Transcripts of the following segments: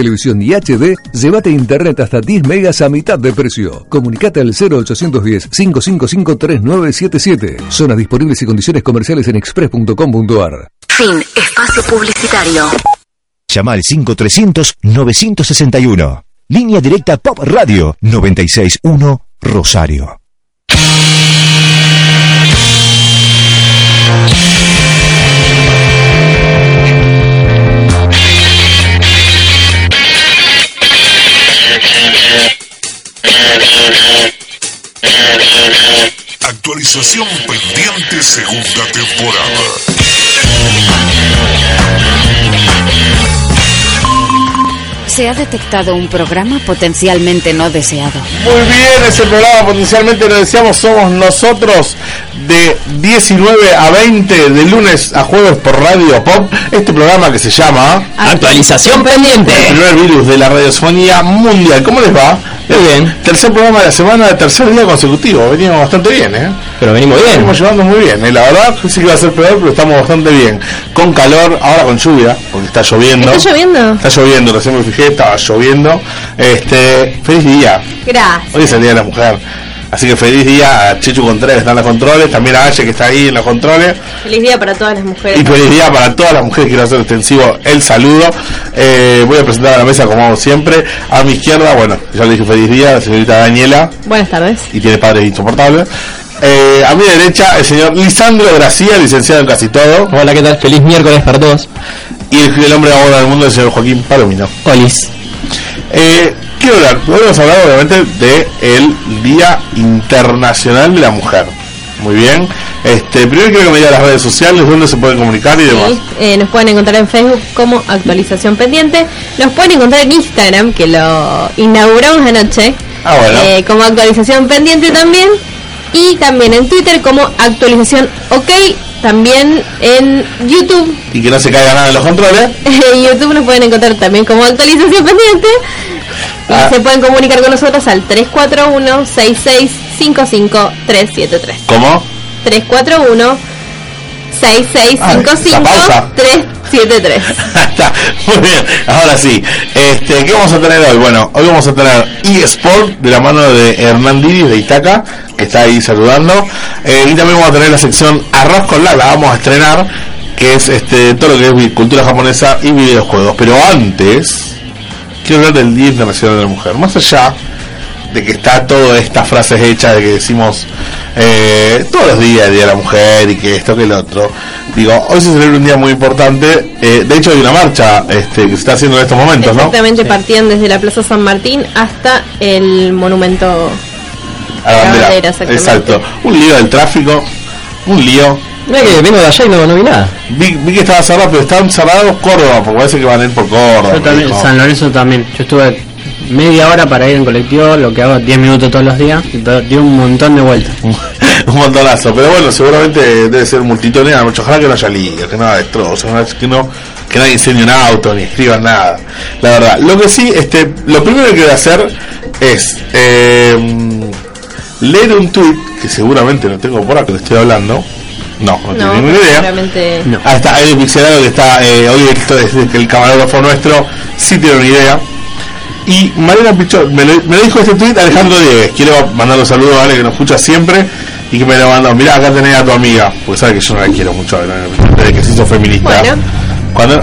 Televisión y HD, llévate internet hasta 10 megas a mitad de precio. Comunicate al 0810-555-3977. Zonas disponibles y condiciones comerciales en express.com.ar. Fin. Espacio publicitario. Llama al 5300-961. Línea directa Pop Radio 961 Rosario. Actualización pendiente segunda temporada. Se ha detectado un programa potencialmente no deseado. Muy bien, ese programa potencialmente lo deseamos somos nosotros de 19 a 20 de lunes a jueves por Radio Pop. Este programa que se llama Actualización pendiente. El primer virus de la radiofonía mundial. ¿Cómo les va? Muy bien. Tercer programa de la semana, tercer día consecutivo. Venimos bastante bien, ¿eh? Pero venimos bien. Estamos llevando muy bien, ¿eh? la verdad sí que va a ser peor, pero estamos bastante bien. Con calor, ahora con lluvia, porque está lloviendo. ¿Está lloviendo? Está lloviendo, recién me fijé, estaba lloviendo. Este, feliz día. Gracias. Hoy es el Día de la Mujer. Así que feliz día a Chechu Contreras que está en los controles, también a Aye que está ahí en los controles. Feliz día para todas las mujeres. Y feliz día para todas las mujeres, quiero hacer extensivo el saludo. Eh, voy a presentar a la mesa como hago siempre. A mi izquierda, bueno, ya le dije feliz día, la señorita Daniela, Buenas tardes. y tiene padres insoportables. Eh, a mi derecha, el señor Lisandro Gracia, licenciado en casi todo. Hola, ¿qué tal? Feliz miércoles para todos. Y el, el hombre ahora del mundo, el señor Joaquín Palomino. Olis. Eh, quiero hablar, podemos hablar obviamente de el Día Internacional de la Mujer. Muy bien. Este, primero quiero que me diga las redes sociales, dónde se pueden comunicar y demás. Sí, eh, nos pueden encontrar en Facebook como actualización pendiente. Nos pueden encontrar en Instagram, que lo inauguramos anoche. Ah, bueno. eh, como actualización pendiente también. Y también en Twitter como actualización ok. También en YouTube. Y que no se caiga nada en los controles. En YouTube nos pueden encontrar también como actualización pendiente. Y Ah. se pueden comunicar con nosotros al 341 66 373 ¿Cómo? 341 Ah, la pausa. 6655 373 Ah, Está, Muy bien, ahora sí. Este, ¿Qué vamos a tener hoy? Bueno, hoy vamos a tener eSport de la mano de Hernán Dini de Itaca, que está ahí saludando. Eh, y también vamos a tener la sección Arroz con la, la vamos a estrenar, que es este todo lo que es vi- cultura japonesa y videojuegos. Pero antes, quiero hablar del Día Internacional de la Mujer. Más allá de que está todas estas frases hechas de que decimos eh, todos los días el Día de la Mujer y que esto que el otro. Digo, hoy se celebra un día muy importante. eh, de hecho hay una marcha este, que se está haciendo en estos momentos, ¿no? Exactamente, partían desde la Plaza San Martín hasta el monumento. A la La bandera. bandera, exactamente. Exacto. Un lío del tráfico, un lío. Mira que vengo de allá y no, no vi nada. Vi, vi que estaba cerrado, pero están cerrados Córdoba, porque parece que van a ir por Córdoba. Yo me también, Oh. dijo. San Lorenzo también. Yo estuve media hora para ir en colectivo, lo que hago 10 minutos todos los días, do- di un montón de vueltas. un montonazo. Pero bueno, seguramente debe ser multitudinaria. mucho. Ojalá que no haya lío, que no haya destrozos, que no, que nadie incendio un auto, ni escriban nada. La verdad. Lo que sí, este, lo primero que quiero hacer es eh, leer un tweet que seguramente no tengo por acá, que estoy hablando. No, no, tengo No, ninguna idea. seguramente. No. Ah, está, hay un pixelado que está eh, hoy esto es el, el camarógrafo nuestro, sí tiene una idea. Y Mariana Pichot, me lo, me lo dijo este tweet Alejandro Diegues, quiero mandar un saludo a Ale que nos escucha siempre y que me lo mandó, mirá acá tenés a tu amiga, porque sabe que yo no la quiero mucho, Mariana Pichot, desde que se hizo feminista. Bueno. Cuando,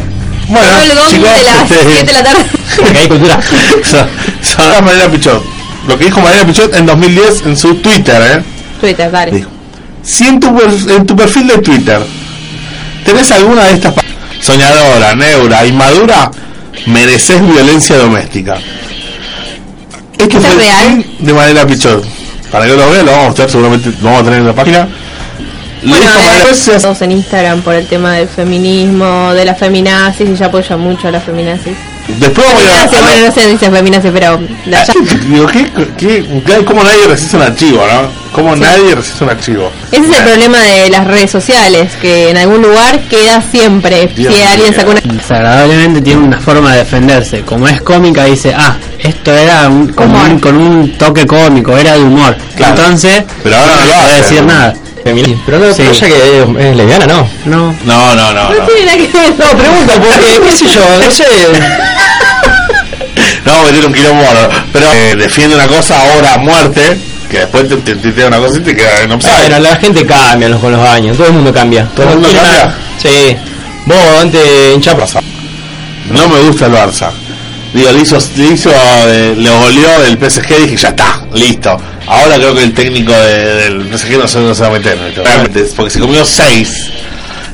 bueno, Todo el gong chicos, de las este, 7 de la tarde. Porque hay cultura. sa- sabrás Mariana Pichot, lo que dijo Mariana Pichot en 2010 en su Twitter, eh. Twitter, dale. Dijo, si en tu, per- en tu perfil de Twitter tenés alguna de estas pa- soñadora, neura, inmadura, mereces violencia doméstica. Esto ¿Esto fue es real? el fin de manera Pichot. Para que lo vean, lo vamos a mostrar seguramente, lo vamos a tener en la página. Lo Bueno, dijo Mariana- eh, todos en Instagram por el tema del feminismo, de la feminazis, y yo apoyo mucho a la feminazis. después voy a... Feminazis, a- bueno, no se dice feminazis, pero la Digo, ¿qué, qué, qué- cómo nadie resiste un archivo, no? ¿Cómo nadie resiste un archivo? Ese es el problema de las redes sociales, que en algún lugar queda siempre. Dios si alguien mío. sacó una... Desagradablemente tiene una forma de defenderse. Como es cómica, dice, ah, esto era un- con, Humor. un, con un toque cómico, era de humor. Claro. Entonces, Pero ahora no lo voy a hace. decir nada. Pero no, Sí. pero ella que es, es lesbiana, ¿no? No, Ah. No, no, no. no. No tiene nada que ver. No, pregunta, porque, qué sé yo, no sé. no, me tiene un quilombo bárbaro. Pero eh, defiende una cosa ahora a muerte, que después te, te, te tira una cosa y te queda eh, en Ah, offside. Pero la gente cambia los- con los años, todo el mundo cambia. ¿Todo el mundo Tiene cambia? una- Sí. Vos antes hinchás Barça. No me gusta el Barça. Digo, le hizo, le hizo, eh, le goleó el PSG y dije, ya está, listo. Ahora creo que el técnico de- del PSG no se, no se va a meter. Realmente, porque se comió seis.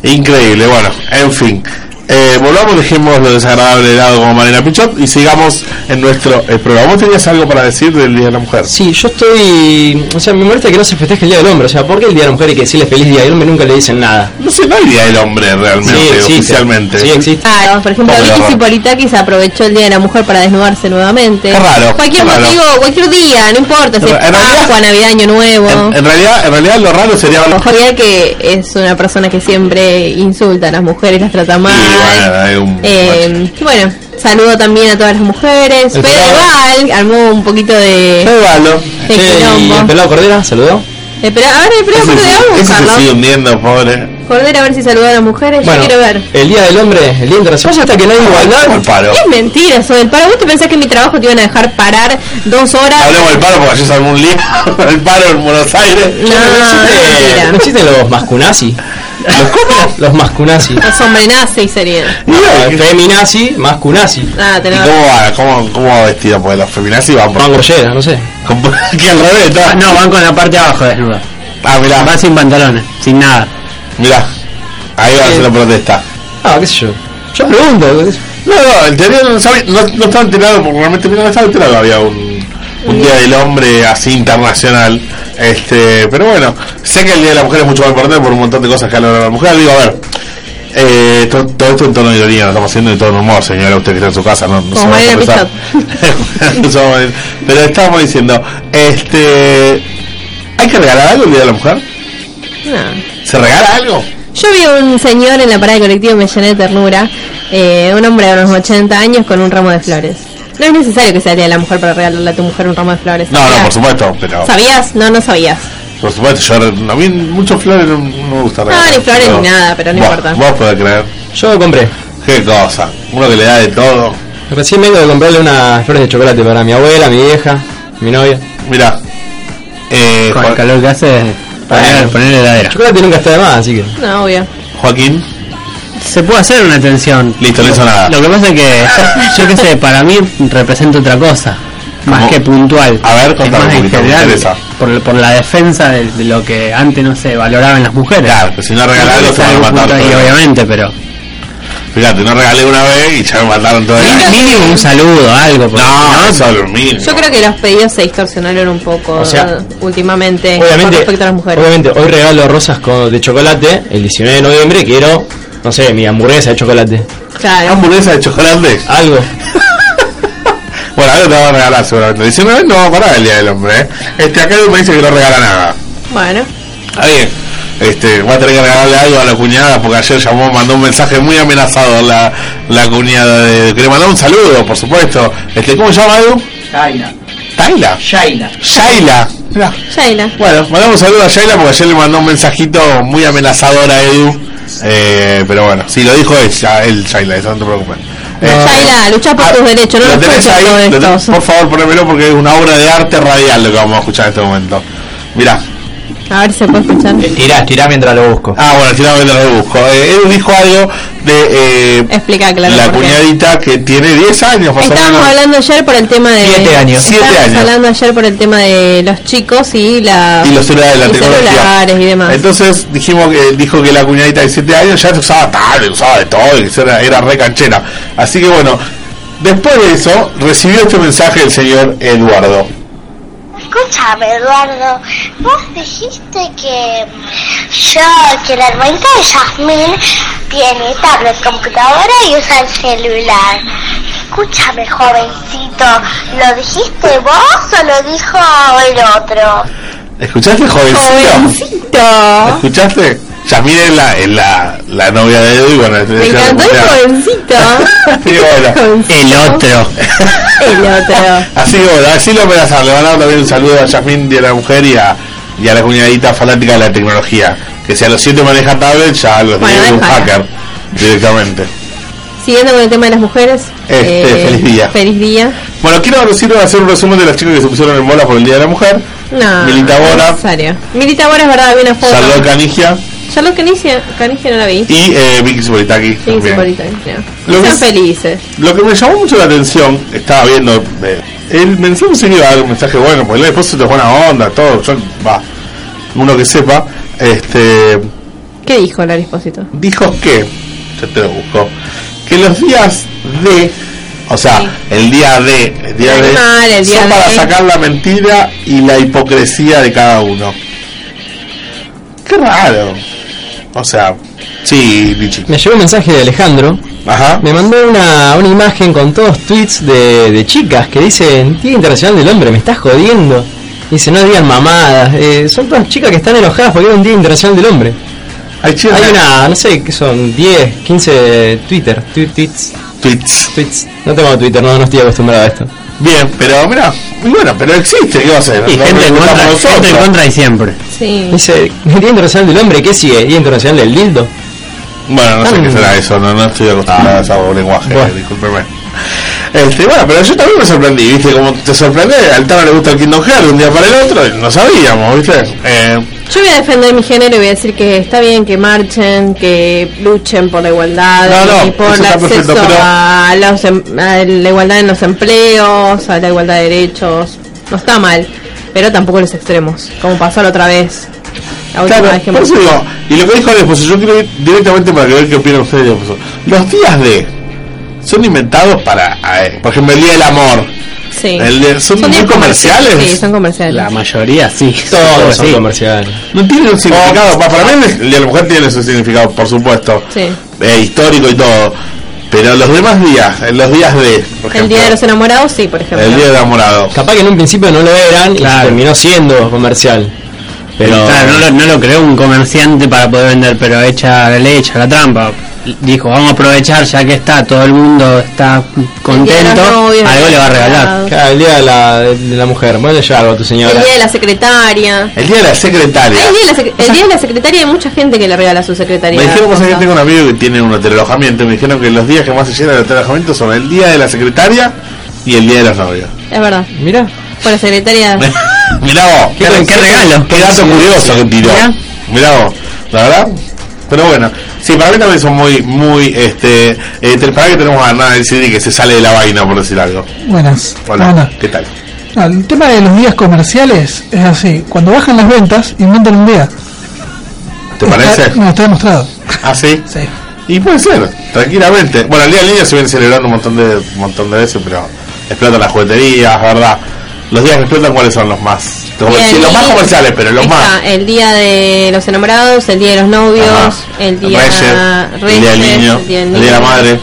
Increíble, bueno, en fin. Eh, volvamos, dejemos lo desagradable de lado como Marina Pichot y sigamos en nuestro eh, programa. ¿Vos tenías algo para decir del Día de la Mujer? Sí, yo estoy. O sea, me molesta que no se festeje el Día del Hombre. O sea, ¿por qué el Día de la Mujer hay que decirle feliz Día del Hombre? Nunca le dicen nada. No sé, no hay Día del Hombre realmente, existe. oficialmente. Sí, existe. Claro, Ah, por ejemplo, Pobre Vicky error. Zipolitakis aprovechó el Día de la Mujer para desnudarse nuevamente. Es raro, Cualquier es raro. motivo, cualquier día, no importa, si es En realidad- Pascua, Navidad, Año Nuevo. En, en realidad, en realidad lo raro sería A lo mejor ya que es una persona que siempre insulta a las mujeres, las trata mal. bueno, hay un- Eh, bueno, saludo también a todas las mujeres. El Pero igual armó un poquito de... Regalo. de ¿y quilombo. el pelado Cordera? ¿Saludó? Eh, pero a ver, espera, Ese porque sí- vamos a ese se buscarlo. sigue hundiendo, pobre. Cordero, a ver si saluda a las mujeres. Yo quiero ver. el Día del Hombre, el Día Internacional. Pasa hasta que no hay Hablemos del igualdad. paro. Es mentira sobre el paro. ¿Vos te pensás que en mi trabajo te iban a dejar parar dos horas? Hablemos del paro porque ayer salgo un libro el paro en Buenos Aires. No, no, existe- mentira. no existen los mascunazi. ¿Los cómo? Los mascunazi. Los hombres nazi serían. No, ¿qué- Feminazi, mascunazi. Ah, ¿Y tenés cómo va? ¿Cómo, cómo va vestida? Pues los feminazis van por... Juan Goyera, no sé. con- que al revés, todo. Ah, No, van con la parte de abajo desnuda. Ah, mirá, Van sin pantalones, sin nada. mirá. Ahí va a hacer la protesta. Ah, qué sé yo. Yo pregunto. qué sé yo. No, no, el teoría no, sabe- no, no estaba enterado, porque realmente no estaba enterado, había un, un Día del Hombre así internacional. este Pero bueno, sé que el Día de la Mujer es mucho más importante por un montón de cosas que ha logrado la mujer. Digo, a ver, eh, to- todo, esto en tono de ironía, lo estamos haciendo en tono de humor, señora, usted que está en su casa, no, no Como se Marina va a confesar. No se va a morir. Pero estábamos diciendo, este ¿hay que regalar algo el Día de la Mujer? No. ¿Se regala algo? Yo vi a un señor en la parada del colectivo y me llené de ternura, eh, un hombre de unos 80 años con un ramo de flores. No es necesario que sea el día de la mujer para regalarle a tu mujer un ramo de flores. No, no, ¿Sabías? por supuesto, pero... ¿Sabías? No, no sabías. Por supuesto, yo a mí muchos flores no, no me gusta regalar. ni flores ni nada, pero no vos- importa. Vos podés creer. Yo compré. Qué cosa. Uno que le da de todo. Recién vengo de comprarle unas flores de chocolate para mi abuela, mi vieja, mi novia. Mirá. Eh, Con Jo- el calor que hace, poner, Bueno. poner heladera. Chocolate nunca está de más, así que. No, obvio. Joaquín. Se puede hacer una atención. Listo, no hizo nada. Lo que pasa es que, yo qué sé, para mí representa otra cosa. Más ¿Cómo? que puntual. A ver, contame Es más un en poquito, me general, interesa. Por, por la defensa de, de lo que antes no se valoraban las mujeres. Claro, que si no regalás No algo te van a algo matar. puntual, y todo. obviamente, pero. Fíjate, no regalé una vez y ya me mataron todo el año. Mínimo un saludo, algo. porque No, eso es lo mínimo. Yo creo que los pedidos se distorsionaron un poco O sea, eh, últimamente con Obviamente, respecto a las mujeres. obviamente, hoy regalo rosas con, de chocolate. El 19 de noviembre quiero, no sé, mi hamburguesa de chocolate. Claro. Hamburguesa de chocolate. Algo. Bueno, algo te van a regalar seguramente. 19 no va a parar el día del hombre. ¿eh? Este, acá me dice que no regala nada. Bueno. Está bien. Este, voy a tener que regalarle algo a la cuñada porque ayer llamó, mandó un mensaje muy amenazador la, la cuñada de, que le mandó un saludo, por supuesto. Este, ¿cómo se llama Edu? Taila. Shaila. Shaila. Mirá. Shaila. Bueno, mandamos un saludo a Shaila porque ayer le mandó un mensajito muy amenazador a Edu. Eh, pero bueno, si lo dijo él, ya- él Shaila, eso no te preocupes. Eh, Shaila, luchá por ah, tus derechos, no lo los tenés escuches ahí, todo lo tenés- esto. por favor ponémelo porque es una obra de arte radial lo que vamos a escuchar en este momento. Mirá. A ver si se puede escuchar. Tirá, tirá mientras lo busco. Ah, bueno, si no me lo rebusco. Eh, él dijo algo de eh, Explica, claro. la por qué. cuñadita que tiene 10 años más o Estábamos menos. hablando ayer por el tema de... Siete años. Siete Estábamos años. hablando ayer por el tema de los chicos y la... Y los celulares de la y tecnología. celulares y demás. Entonces dijimos que dijo que la cuñadita de 7 años ya se usaba tablet, usaba de todo, y era, era re canchera. Así que bueno, después de eso recibió este mensaje del señor Eduardo. Escúchame, Eduardo, vos dijiste que yo, que la hermanita de Yasmín tiene tablet, computadora y usa el celular. Escúchame, jovencito, ¿lo dijiste vos o lo dijo el otro? ¿Escuchaste, jovencito? ¡Jovencito! ¿Escuchaste? Yasmín es la, es la, la novia de Edu y bueno, Me encantó el jovencito. Sí, bueno. El otro. El otro. Así que bueno, así lo amenazan. Le mandamos también un saludo a Yasmín de la mujer y a, y a la cuñadita fanática de la tecnología. Que si a los 7 maneja tablet, ya a los Bueno, tiene un déjala. hacker directamente. siguiendo con el tema de las mujeres. Eh, Este, feliz día. Feliz día. Bueno, quiero decir, hacer un resumen de las chicas que se pusieron en bola por el Día de la Mujer. No. Milita no es Bora. necesario. Milita Bora es verdad, había una foto. Charlotte Canigia Charlotte Canigia, Canigia no la vi. y eh, Vicky Suboritaki. Sin también. simbolita, no. Lo que Sean es- felices. Lo que me llamó mucho la atención, estaba viendo eh, el mensaje se iba a dar un mensaje bueno, porque después se te buena onda, todo, yo, va, uno que sepa, este ¿Qué dijo Larry Espósito? dijo que, yo te lo busco, que los días de, o sea, el día de, el día de, Normal, el día son de. para sacar la mentira y la hipocresía de cada uno. Qué raro. O sea, sí, Lichi. Me llegó un mensaje de Alejandro. Ajá. Me mandó una, una imagen con todos tweets de, de chicas que dicen Día Internacional del Hombre, me estás jodiendo. Dice, no digan mamadas. Eh, son todas chicas que están enojadas porque era un Día Internacional del Hombre. Hay, chicas Hay que- una, no sé, que son 10, 15 Twitter, tu- tweets, tweets. tweets. No tengo Twitter, no, no estoy acostumbrado a esto. Bien, pero mira, y bueno, pero existe, ¿qué va a hacer? Y Lo gente, en inventamos contra, nosotros. gente en contra y siempre. Sí. Dice, Día Internacional del Hombre, ¿qué sigue? Día Internacional del Dildo. Bueno, no sé Ah. qué será eso, no, no estoy acostumbrado a ese lenguaje, Bueno. discúlpeme. Este, bueno, pero yo también me sorprendí, ¿viste? Como te sorprende, al Tano le gusta el Kingdom Hearts de un día para el otro, y no sabíamos, ¿viste? Eh, Yo voy a defender mi género y voy a decir que está bien que marchen, que luchen por la igualdad, No, no, y por eso el está acceso perfecto, pero- a, los em- a la igualdad en los empleos, a la igualdad de derechos. No está mal, pero tampoco los extremos, como pasó la otra vez. La última claro, vez que por eso marchó. digo, y lo que dijo el esposo, yo quiero ir directamente para que vean qué opinan ustedes del esposo. pues, Los días de son inventados para, eh, por ejemplo, el Día del Amor. Sí. el de- ¿son muy días comerciales? Sí, son comerciales. La mayoría sí. Todos son sí. comerciales. No tiene un significado, pa- para mí el Día de la Mujer tiene su significado, por supuesto. Sí. eh, histórico y todo. Pero los demás días, en los días de, por El ejemplo, Día de los Enamorados, sí, por ejemplo. el día de enamorado. Capaz que en un principio no lo eran y se Claro. terminó siendo comercial. Pero Claro, no lo, no lo creó un comerciante para poder vender, pero echa la leche, la trampa. Dijo, vamos a aprovechar ya que está, todo el mundo está El contento, día de los novios, algo le va a regalar. Claro, el día de la, de la mujer. Bueno, ya algo a tu El señora. Día de la Secretaria. El día de la secretaria. Ah, El día, de la sec- el día de la secretaria hay mucha gente que le regala a su secretaria. Me dijeron, vos sabés que cosas. tengo un amigo que tiene un hotelojamiento, me dijeron que los días que más se llena el hotelojamiento son el día de la secretaria y el día de los novios. Es verdad. Mira, Por la secretaria. Mirá vos, Qué re- qué regalo. qué dato curioso que tiró. Mirá. Mirá vos, la verdad. Pero bueno, sí, para mí también son muy, muy, este, eh, te- para que tenemos a Nada del Cine que se sale de la vaina, por decir algo. Buenas. Hola, Hola. ¿qué tal? No, el tema de los días comerciales es así. Cuando bajan las ventas, inventan un día. ¿Te parece? Está, no, está demostrado. ¿Ah, sí? Sí. Y puede ser, tranquilamente. Bueno, el día del niño se viene celebrando un montón de un montón de veces, pero explotan las jugueterías, ¿verdad? Los días que explotan, ¿cuáles son los más? Los, comerci- Bien, los más y- comerciales, pero los está más. El día de los enamorados, el día de los novios, Ajá. el día Reyes, el día del Reyes, niño, el día de la niño, madre.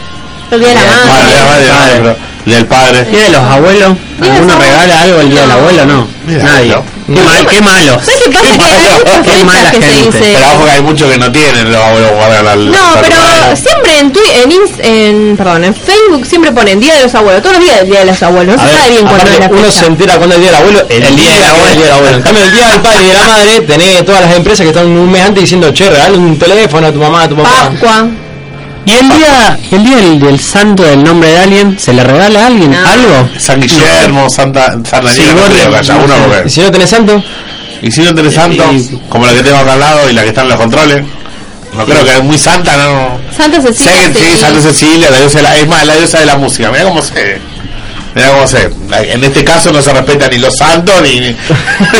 El día de la Bueno, el día de la madre, madre. Eh, Padre. no, pero el día del padre. ¿El día de los abuelos? Día de los ¿Alguno abuelos. regala algo el día del No. abuelo? No, Mira, nadie. no. Qué, mal, qué malos. ¿Sabes qué pasa? Que hay muchas Qué mala fechas que se gente. dice. Pero ojo que hay muchos que no tienen los abuelos guardan la- No, la- pero siempre en, Twi- en, Ins- en, perdón, en Facebook siempre ponen Día de los Abuelos, todos los días el Día de los Abuelos, no A se ver, sabe bien cuál aparte, es la uno se fecha. entera cuando el día del abuelo, el, día, del abuelo. El día del abuelo. En cambio, el día del padre y de la madre, tenés todas las empresas que están un mes antes diciendo, che, regala un teléfono a tu mamá, a tu papá. Pascua, ¿Y el día, el día del, del santo del nombre de alguien? ¿Se le regala a alguien No. algo? San Guillermo, Santa, San Daniel, Sí, no vos creo re- que haya uno, porque- Y si no tenés santo, Y si no tenés santos, Y- como la que tengo acá al lado y la que está en los controles, no creo que es muy santa, no. Santa Sí, Cecilia. sí, Sevilla. Santa Cecilia, la diosa de la, es más, la diosa de la música, mira cómo se. Mira cómo se. En este caso no se respeta ni los santos ni. ni-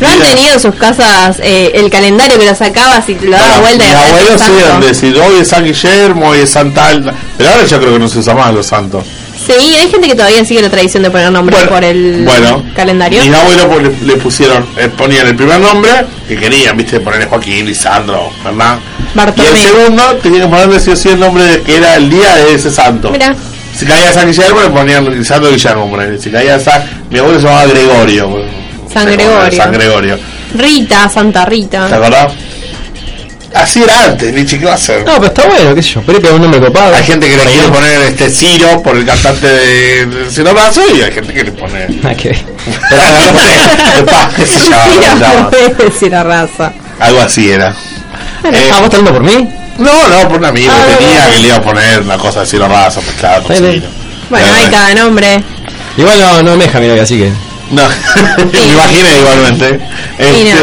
¿No han Mira, tenido en sus casas eh, el calendario que lo sacabas y te lo daba no, vuelta? y Mis era abuelos sí, santo? eran de decir, hoy es San Guillermo, hoy es Santa Alta. Pero ahora yo creo que no se usa más los santos. Sí, hay gente que todavía sigue la tradición de poner nombres por el bueno, calendario. Mis abuelos pues, le, le pusieron, eh, ponían el primer nombre que querían, viste, ponerle Joaquín, Lisandro, Fernán. Y el Bartolomé. segundo tenía que ponerle sí o sí el nombre de- que era el día de ese santo. Mirá. Si caía San Guillermo le ponían Lisandro Guillermo, ponele. Si caía San... Mi abuelo se llamaba Gregorio. bueno. San Le ponían Gregorio. Ah. San Gregorio. Rita, Santa ¿Te Rita. acordás? Así era antes, Lichi, ¿qué va a hacer? no, pero está bueno, qué sé yo. Pero es que es un nombre copado. Hay gente que le quiere poner este Ciro por el cantante de, de Ciro Brazo y hay gente que le pone... Nada que ver. Epa, qué sé yo, Mira, no, no. podés decir la raza. Algo así era. Eh, Ah, ¿vos estás hablando por mí? No, no, por un amigo Ah, que tenía bueno. que le iba a poner una cosa de cielo raso, pues, pescado, Está bien. cochino. Bueno, Eh, hay cada nombre. Igual no, no me deja mi novia, así que. No, me imaginé igualmente. Este,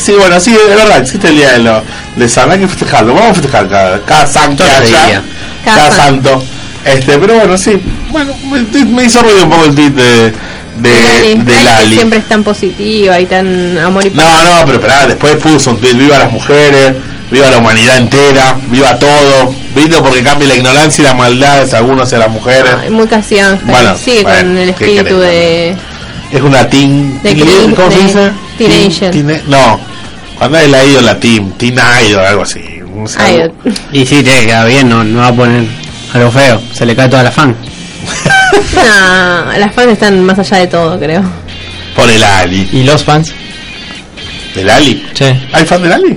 Sí, bueno, sí, es verdad, existe el día de, lo, de San, hay que festejarlo, vamos a festejar cada, cada santo, Cada que haya, día. cada, Cada santo. Este, pero bueno, sí, bueno, me, me hizo ruido un poco el tweet de, de, Lali, de Lali que Lali. siempre es tan positiva y tan amor y paz. No, no, pero pará, después puso un tweet, viva las mujeres, viva la humanidad entera, viva todo, vivo porque cambia la ignorancia y la maldad de algunos hacia las mujeres. Ay, Muy casi ángel. Bueno, Sigue bueno, con el ¿qué espíritu querés? de. Es una teen. De teen- crin- ¿Cómo se de dice? teenager. Teen- teen- no, cuando es la ídola, teen, teen idol, algo así. no sé, Ay, algo- Y sí, tiene que quedar bien, no, no va a poner a lo feo. Se le cae toda la fan. no, las fans están más allá de todo, creo. Por el Ali. ¿Y los fans? ¿Del Ali? Che. ¿Hay fan del Ali?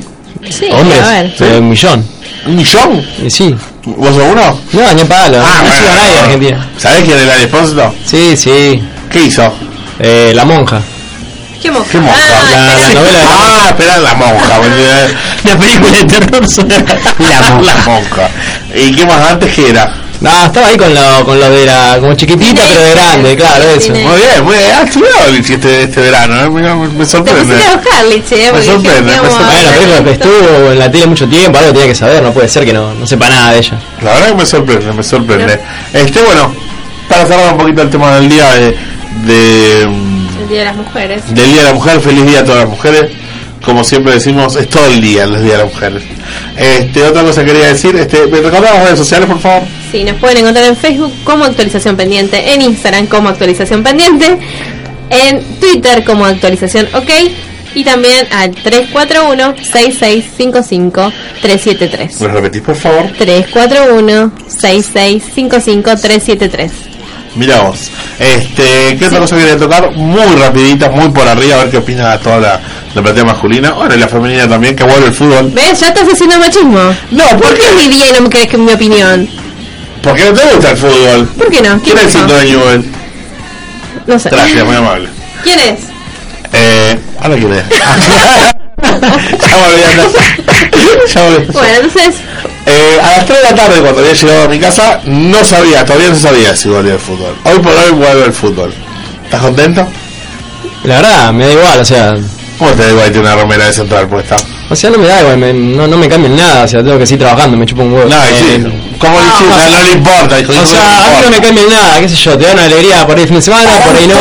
Sí, ¿Hombres? a ver. Pero Un millón. ¿Un millón? Y sí. ¿Vos sos uno? No, ni palo. Ah, no sigo a nadie en Argentina. ¿Sabés quién es el Ali Espósito? Sí, sí. ¿Qué hizo? Eh, la monja. ¿Qué moja? ¿Qué monja? Ah, La, la novela de la Ah, espera, la monja. boludo. La película de terror son la La monja. monja. ¿Y qué más antes que era? No, estaba ahí con lo, con lo de la. como chiquitita pero de grande, claro, eso. Teenager. Muy bien, muy bien. Ah, estudiado el este, este verano, eh, mira, me, me te sorprende. pusiste a buscar, Liche, eh, porque dije, sorprende, ¿qué me vamos a sorprende. Bueno, hablar pero de que esto? estuvo en la tele mucho tiempo, algo tenía que saber, no puede ser que no, no sepa nada de ella. La verdad que me sorprende, me sorprende. Este, bueno, para cerrar un poquito el tema del día de, de, mm, El Día de las Mujeres. del Día de la Mujer, feliz día a todas las mujeres. Como siempre decimos, es todo el día el Día de las Mujeres. Este, otra cosa que quería decir, este, ¿me recordás las redes sociales, por favor? Sí, nos pueden encontrar en Facebook como actualización pendiente, en Instagram como actualización pendiente, en Twitter como actualización ok y también al 341-6655-373. ¿Me lo repetís, por favor? 341-6655-373. Mira vos. Este, ¿qué otra cosa quería tocar? Muy rapidita, muy por arriba, a ver qué opina toda la, la platea masculina. Bueno, y la femenina también, que vuelve el fútbol. ¿Ves? Ya estás haciendo machismo. No, ¿por ¿Por qué es mi qué? día y no me querés que mi opinión? Porque no te gusta el fútbol. ¿Por qué no? ¿Quién es el dijo? signo de Newell? No sé. Gracias, muy amable. ¿Quién es? Eh, ahora quién es. ya volví a andar. Ya volví a andar. Bueno, entonces, Eh, a las 3 de la tarde, cuando había llegado a mi casa, no sabía, todavía no sabía si volvía el fútbol. Hoy por hoy vuelve el fútbol. ¿Estás contento? La verdad, me da igual, o sea, ¿Cómo te digo ahí tiene una remera de central puesta? o sea, no me da igual, me- no, no me cambian nada, o sea, tengo que seguir trabajando, me chupo un huevo. No, y Eh, sí. ¿Cómo le hiciste? No, le importa, hijo. O no le sea, a mí no me importa. cambian nada, qué sé yo, te dan una alegría por ahí el fin de semana, por ahí no.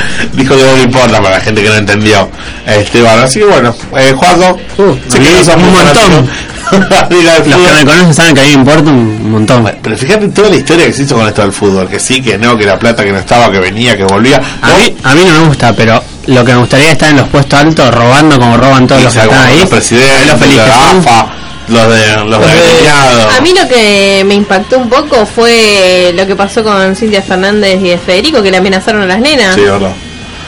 Dijo que no le importa para la gente que no entendió. Este, bueno, así que bueno. Eh, Juaco, Uh, se quedó esa un montón. fanático. Diga el Los que fútbol. me conocen saben que a mí me importa un montón. Pero fíjate toda la historia que se hizo con esto del fútbol, que sí, que no, que la plata que no estaba, que venía, que volvía. A mí, a mí no me gusta, pero lo que me gustaría es estar en los puestos altos robando como roban todos los que están ahí. Los presidentes, Los los de felices la son. AFA, los de los de de- agremiados. a mí lo que me impactó un poco fue lo que pasó con Cintia Fernández y de Federico, que le amenazaron a las nenas. Sí, ah. verdad.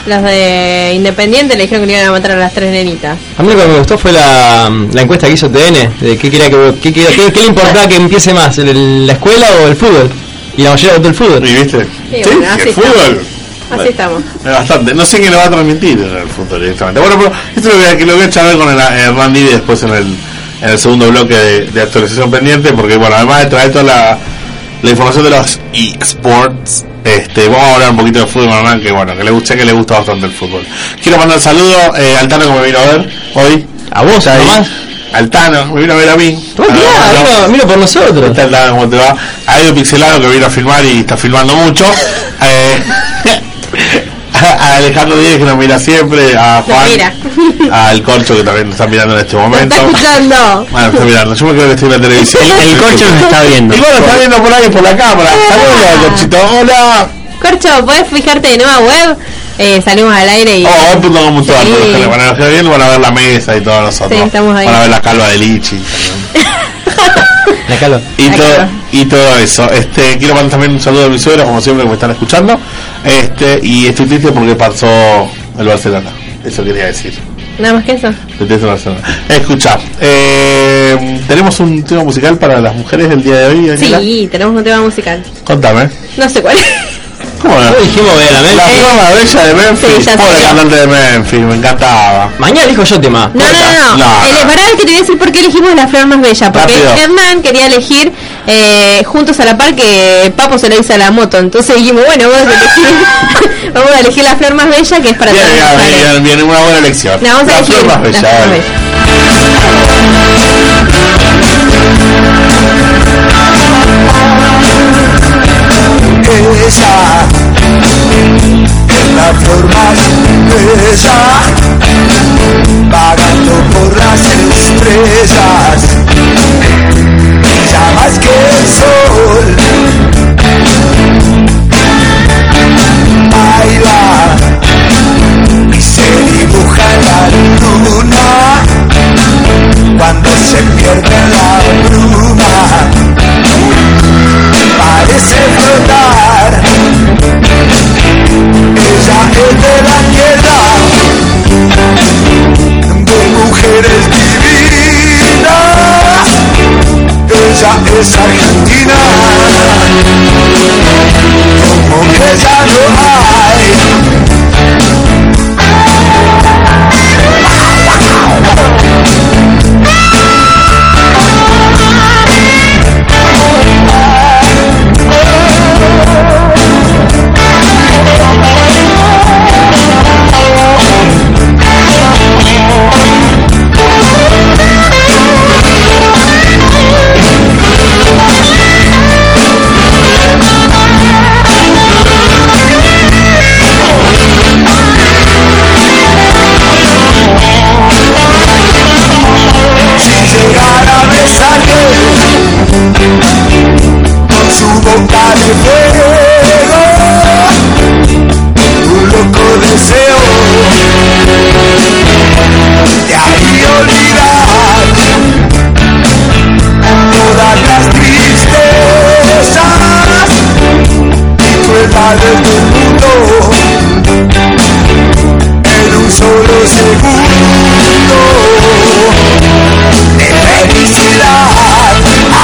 Las de Independiente le dijeron que le iban a matar a las tres nenitas. A mí lo que me gustó fue la, la encuesta que hizo TN, de qué, quería que, qué, quería- qué- qué le importaba que empiece más, el- el- la escuela o el fútbol. Y la mayoría votó el fútbol. ¿Y viste? Sí, bueno, así el estamos. fútbol. Así estamos. Eh, Bastante, no sé qué le va a transmitir en el futuro directamente. Bueno, pero esto lo voy a, que lo voy a charlar con el, el Randy después en el, en el segundo bloque de, de actualización pendiente, porque bueno, además de traer toda la, la información de los eSports, este, vamos a hablar un poquito de fútbol, Hernán, que bueno, que le gusta, que le gusta bastante el fútbol. Quiero mandar saludos eh, al Tano que me vino a ver hoy. ¿A vos, Está ahí. nomás? Al Tano, me vino a ver a mí. Toma, mirá, Ah, no. mira, mira por nosotros. Está el Dano, ¿cómo te va? Hay un pixelado que vino a filmar y está filmando mucho. Eh, a Alejandro Díez que nos mira siempre, a Juan, mira. al Corcho que también nos está mirando en este momento. está escuchando. Bueno, está mirando. Yo me creo que estoy en la televisión. El, el corcho nos está viendo. Y bueno, está viendo por ahí por la cámara. Saludos, Corchito. Hola. Corcho, ¿puedes fijarte de nueva web? Eh, salimos al aire y... Oh, hoy puntamos un Sí. montón. Van a ver bien, van a ver la mesa y todos nosotros. Sí, estamos ahí. Van a ver la calva de Lichi. La calo. y Ay, todo claro. y todo eso este quiero mandar también un saludo a mis suegros como siempre que me están escuchando este y estoy triste porque pasó el Barcelona eso quería decir Nada más que eso. Estoy triste por el Barcelona escucha eh, tenemos un tema musical para las mujeres del día de hoy Daniela? Sí, tenemos un tema musical. contame No sé cuál. ¿Cómo no? dijimos Bella Memphis? La forma ¿eh? bella de Memphis. Sí, ya Pobre salió. cantante de Memphis, me encantaba. Mañana dijo yo tema. No, no, No, no, no. El, no. pará, es que te voy a decir por qué elegimos la flor más bella. Porque Rápido. Hernán quería elegir eh, juntos a la par que Papo se lo hizo a la moto. Entonces dijimos, bueno, vamos a elegir, vamos a elegir la flor más bella que es para Bien, todos bien, los bien, pares. bien, una buena elección. No, vamos a la elegir flor más bella. la flor más dale. bella. Esa es la flor más bella, vagando por las estrellas, ya más que el sol. Baila y se dibuja en la luna cuando se pierde en la bruma parece flotar. Ella es de la tierra, de mujeres divinas. Ella es argentina, como que ya no hay. Si llegara a besarte con su boca de fuego, un loco deseo te haría olvidar todas las tristezas y crueldades del mundo en un solo segundo de felicidad. ¡Ah!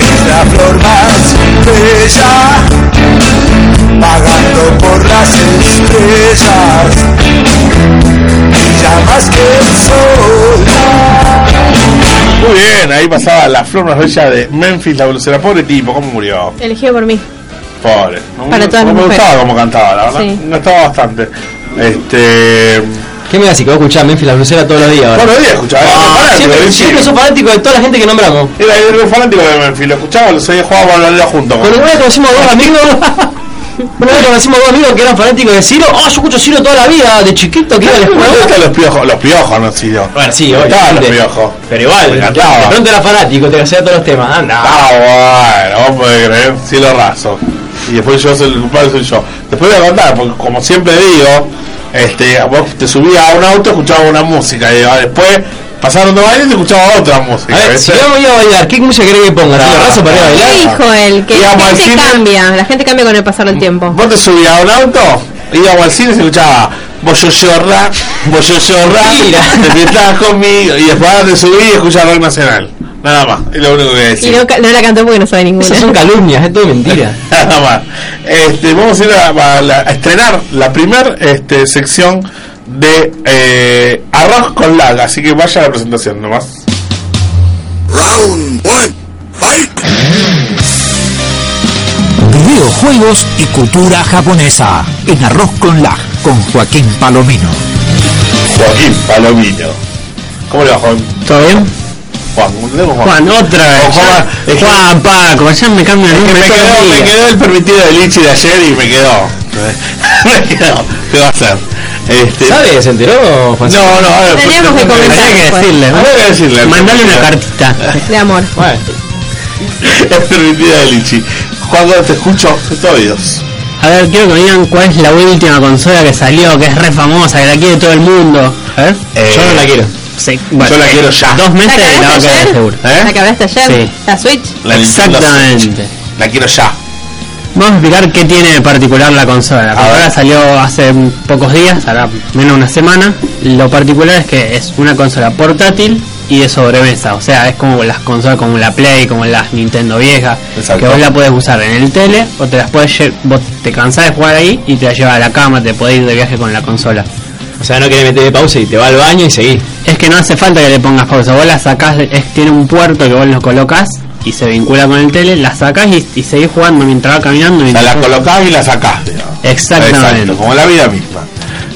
Ella es la flor más bella, vagando por las estrellas, y ya más que el sol. Muy bien, ahí pasaba la flor más bella de Memphis, la velocidad. Pobre tipo, ¿cómo murió? Elegido por mí. Pobre. No, Para no- no todas las me mujeres. gustaba cómo cantaba, la verdad. Sí. Me gustaba bastante. Este. ¿Qué me decís que voy a escuchar Memphis la crucera todos los días ahora? Bueno, día escuchaba. era Ah, fanático, siempre, era siempre sos chico. fanático de toda la gente que nombramos. Era el fanático de Memphis, lo escuchaba, lo seguía jugaba con la liga junto. Con una vez conocimos a dos amigos. Una vez conocimos a dos amigos que eran fanáticos de Ciro. Oh, yo escucho Ciro toda la vida, de chiquito que iba a la Me escuela. gustan los piojos, los piojos, no sí, yo. Bueno, sí, Me gustaban los obviamente. piojos. Pero igual, me de encantaba. pronto era fanático, te hacía todos los temas. Anda. Ah, bueno, vos podés creer, sí lo raso. Y después yo soy el culpable, soy yo. Después voy a contar, porque como siempre digo, este, vos te subías a un auto, escuchabas una música, y ah, después pasaron dos años y te escuchabas otra música. A ver, si ¿viste? vamos a ir a bailar, ¿qué música querés que ponga? ¿Ciro Razo para ir a ¿Qué bailar? dijo él? Que la Íbamos al gente cine. cambia. La gente cambia con el pasar del tiempo. Vos te subías a un auto, íbamos al cine y se escuchaba Vos yo llorra, vos yo llorra, Mira. te sentás conmigo y después ahora te subí y escuchás Rock Nacional. Nada más, es lo único que voy a Y decir. no, ca- no la cantó porque no sabe ninguna. Esas son calumnias, es todo mentira. Nada más. Este, vamos a ir a, a la- a estrenar la primer este, sección de eh, arroz con lag, así que vaya a la presentación nomás. Round one, fight. Videojuegos y cultura japonesa en Arroz con Lag con Joaquín Palomino. Joaquín Palomino. ¿Cómo le va, Juan? ¿Todo bien? Juan, ¿cómo le va, Juan? Juan, otra vez. Ojo, ya. es que- Juan, Paco, ya me cambio el Es que nombre me, todos los quedó, me días. quedó el permitido de Lichi de ayer y me quedó. me quedó. ¿Qué va a hacer? Este, ¿Sabes? ¿Se enteró, Juan? No, no, a ver. Teníamos que comentar Tenía que después. decirle, ¿no? Habría que decirle. Mandale una cartita. De amor. Bueno, Es permitida de Lichi. Juan, te escucho, estoy oídos. A ver, quiero que me digan cuál es la última consola que salió, que es re famosa, que la quiere todo el mundo. A ver. Eh, yo no la quiero. Sí, bueno, eh, yo la quiero ya. Dos ¿La meses y la va a acabaste querer ayer? seguro. ¿Eh? ¿La que hablaste ayer? Sí. ¿La Switch? La Nintendo Exactamente. Switch. La quiero ya. Vamos a explicar qué tiene de particular la consola. La consola ver. salió hace pocos días, ahora menos de una semana. Lo particular es que es una consola portátil y de sobremesa. O sea, es como las consolas como la Play, como las Nintendo viejas, Exacto. que vos la puedes usar en el tele o te las puedes lle- vos te cansás de jugar ahí y te la llevas a la cama, te podés ir de viaje con la consola. O sea, no querés meterle pausa y te va al baño y seguís. Es que no hace falta que le pongas pausa, vos la sacás, de- es- tiene un puerto que vos lo colocas y se vincula con el tele, la sacás y, y seguís jugando mientras va caminando. O sea, mientras- la colocás y la sacás. digamos. Exactamente. Exacto, como la vida misma.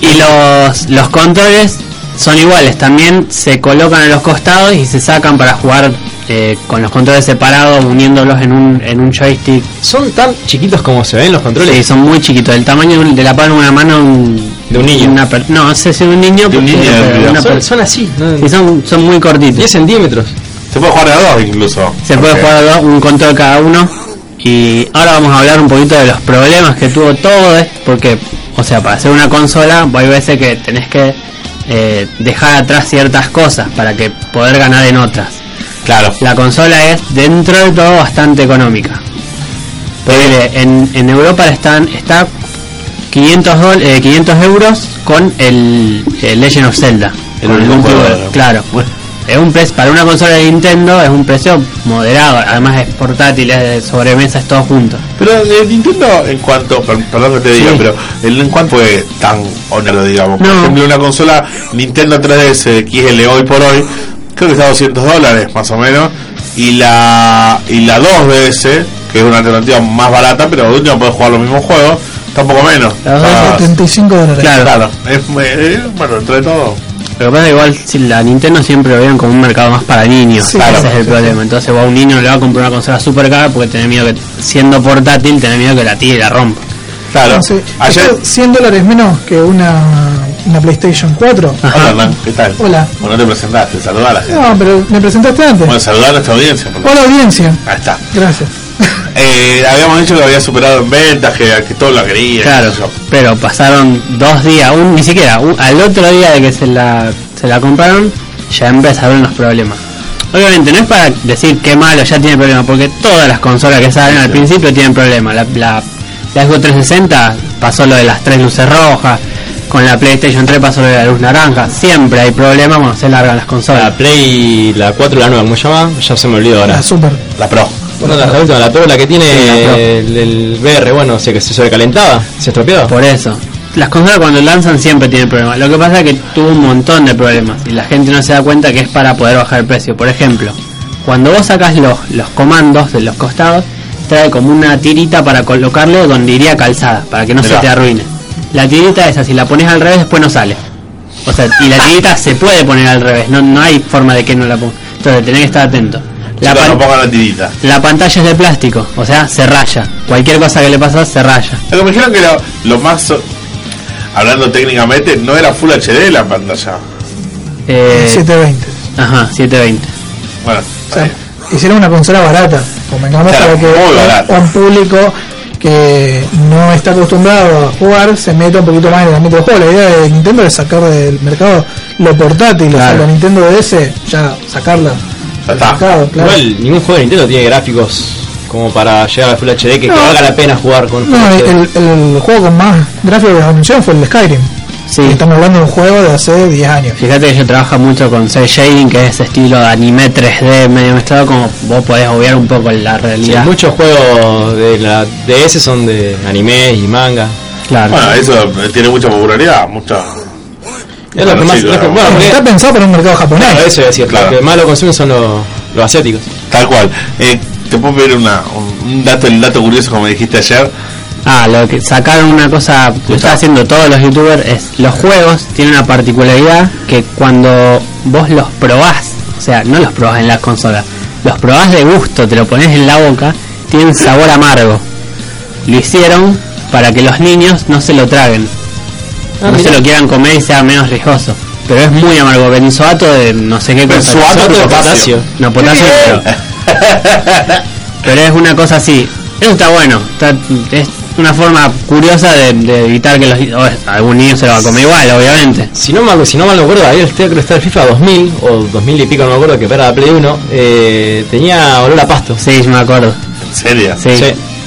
Y los, los controles son iguales, también se colocan a los costados y se sacan para jugar eh, con los controles separados, uniéndolos en un, en un joystick. ¿Son tan chiquitos como se ven los controles? Sí, son muy chiquitos, del tamaño de un- de la palma de una mano de un niño. no, no sé si de un niño, De un porque- niño, pero digamos. una per- Son, son así. ¿no? sí, son, son muy cortitos. 10 centímetros. Se puede jugar de a dos incluso. Se puede Porque- jugar dos, un control cada uno. Y ahora vamos a hablar un poquito de los problemas que tuvo todo esto, porque, o sea, para hacer una consola hay veces que tenés que eh, dejar atrás ciertas cosas para que poder ganar en otras. Claro. La consola es dentro de todo bastante económica. Ponele, en, en Europa están, está 500, dol- eh, 500 euros con el, el Legend of Zelda. El con único Doom juego, Bluebird, ¿no? claro. Es un precio, para una consola de Nintendo es un precio moderado, además es portátil, es de sobremesa, es todo junto. Pero el Nintendo, en cuanto, per- perdón que te diga, Sí. pero el- en cuanto fue tan honor, digamos. Por No. ejemplo, una consola Nintendo 3DS XL hoy por hoy, creo que está a 200 dólares más o menos. Y la y la 2DS, que es una alternativa más barata, pero de última puedes jugar los mismos juegos, tampoco menos. La Está- 75 dólares. Claro. claro, es, eh, bueno, entre todo. Lo que pasa es que igual si la Nintendo siempre lo vieron como un mercado más para niños, ese Sí, claro, es el sí, problema. Entonces va un niño le va a comprar una consola super cara porque tiene miedo que, siendo portátil, tiene miedo que la tire y la rompa. Claro, Sí. ayer. Esto es 100 dólares menos que una, una PlayStation 4. Hola, Hernán, ¿qué tal? Hola. Bueno, no te presentaste, saludá a la gente. No, pero me presentaste antes. Bueno, saludá a nuestra audiencia. por favor. Hola audiencia. Ahí está. Gracias. Eh, habíamos dicho que había superado en ventas, que, que todo lo quería. Claro, qué sé yo. pero pasaron dos días, un, ni siquiera, un- al otro día de que se la, se la compraron, ya empezaron los problemas. Obviamente no es para decir que malo ya tiene problemas, porque todas las consolas que salen al principio tienen problemas. La, la, la Xbox 360 pasó lo de las tres luces rojas, con la PlayStation 3 pasó lo de la luz naranja, siempre hay problemas cuando se largan las consolas. La Play, la 4, la nueva, ¿cómo se llama? Ya se me olvidó ahora. La super. La Pro. Bueno, la, la última, la Pro, la que tiene Sí, la Pro. el, el VR, bueno, se, que se sobrecalentaba, se estropeaba. Por eso. Las consolas cuando lanzan siempre tienen problemas. Lo que pasa es que tuvo un montón de problemas y la gente no se da cuenta que es para poder bajar el precio. Por ejemplo, cuando vos sacas los, los comandos de los costados, trae como una tirita para colocarlo donde iría calzada, para que no Mirá. se te arruine. La tirita esa, si la pones al revés, después no sale. O sea, y la tirita se puede poner al revés, no, no hay forma de que no la ponga. Entonces tenés que estar atento. La Chicos, no pan- pongan la tirita. la pantalla es de plástico, o sea, se raya. Cualquier cosa que le pasa, se raya. Lo que me dijeron que lo, lo más. Hablando técnicamente, no era Full HD la pantalla. Eh, 720. Ajá, 720. Bueno, O sea, hicieron una consola barata. Convengamos Claro, para que muy barata. un público que no está acostumbrado a jugar se meta un poquito más en el ámbito del juego. La idea de Nintendo es sacar del mercado lo portátil. O sea, Claro. la Nintendo DS, ya sacarla Ya del está. mercado, claro. Igual, ningún juego de Nintendo tiene gráficos como para llegar a Full HD que, que valga la pena jugar con No, Full HD. el, el juego con más gráficos que anunció fue el Skyrim. Sí. Estamos hablando de un juego de hace 10 años. Fíjate que yo trabajo mucho con cel shading, que es estilo de anime 3D medio mezclado, como vos podés obviar un poco la Sí, realidad. muchos juegos de la DS son de anime y manga. claro. bueno, eso eh, tiene mucha popularidad, mucha. Es lo que más. sí, lo que- claro. bueno, porque- Está pensado para un mercado japonés. claro, eso iba a decir, Claro. Lo que más lo consumen son los, los asiáticos. Tal cual. Eh, te puedo pedir una, un, un dato, el dato curioso como dijiste ayer. Ah, lo que sacaron una cosa que está haciendo todos los youtubers es los juegos tienen una particularidad que cuando vos los probás, o sea, no los probás en la consola, los probás de gusto, te lo pones en la boca, tienen sabor amargo. Lo hicieron para que los niños no se lo traguen, Ah, no mirá. se lo quieran comer y sea menos riesgoso. Pero es muy amargo, benzoato de no sé qué cosa. Benzoato de potasio. No, potasio no. Pero es una cosa así. Eso está bueno. está- es una forma curiosa de, de evitar que los, o, algún niño se lo va a comer igual, obviamente. Si no, mal, si no mal no recuerdo, ahí el creo que está el FIFA 2000 o 2000 y pico, no me acuerdo, que para la Play 1, eh, tenía olor a pasto. Sí, yo me acuerdo. ¿En serio? Sí. Sí.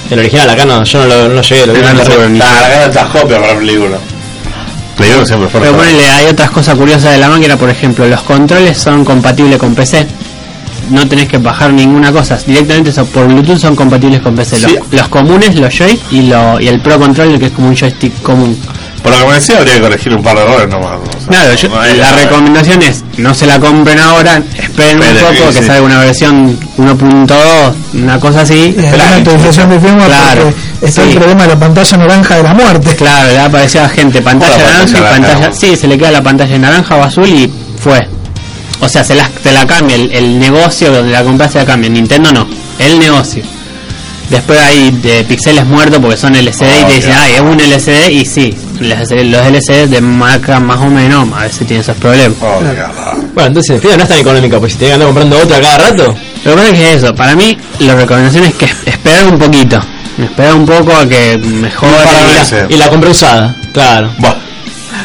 El original acá no, yo no, lo, no llegué, lo vi No, en no internet. se ve. Nah, la gana estas copias para la película. Play uno siempre fue Pero retro. ponele, hay otras cosas curiosas de la máquina, por ejemplo, los controles son compatibles con PC. No tenés que bajar ninguna cosa, directamente son- por Bluetooth son compatibles con PC. Los, Sí. los comunes, los joy y, lo, y el Pro Controller, que es como un joystick común. Por lo que me decía, habría que corregir un par de errores nomás. o sea, Claro, yo- no hay- la recomendación es no se la compren ahora, esperen un Esperen, poco que sí. salga una versión 1.2, una cosa así. Y además la actualización de firmware Claro, porque está el sí. problema de la pantalla naranja de la muerte. Claro, le aparecía gente pantalla Hola, naranja pantalla y naranja, pantalla. ¿no? Sí, se le queda la pantalla naranja o azul y fue. O sea, se la, te la cambia. El, el negocio donde la compras se la cambia. Nintendo no. El negocio. Después hay de pixeles muertos porque son LCD y te dicen, ay, es un LCD y sí. las- Los LCD de marca más o menos a veces tienen esos problemas. Oh, Bueno, entonces en fin, no es tan económica, pues si te que andar comprando otra cada rato. Lo que pasa es que eso, para mí, la recomendación es que es- esperar un poquito. Esperar un poco a que mejore. Y la- y la compré usada, claro. Bueno.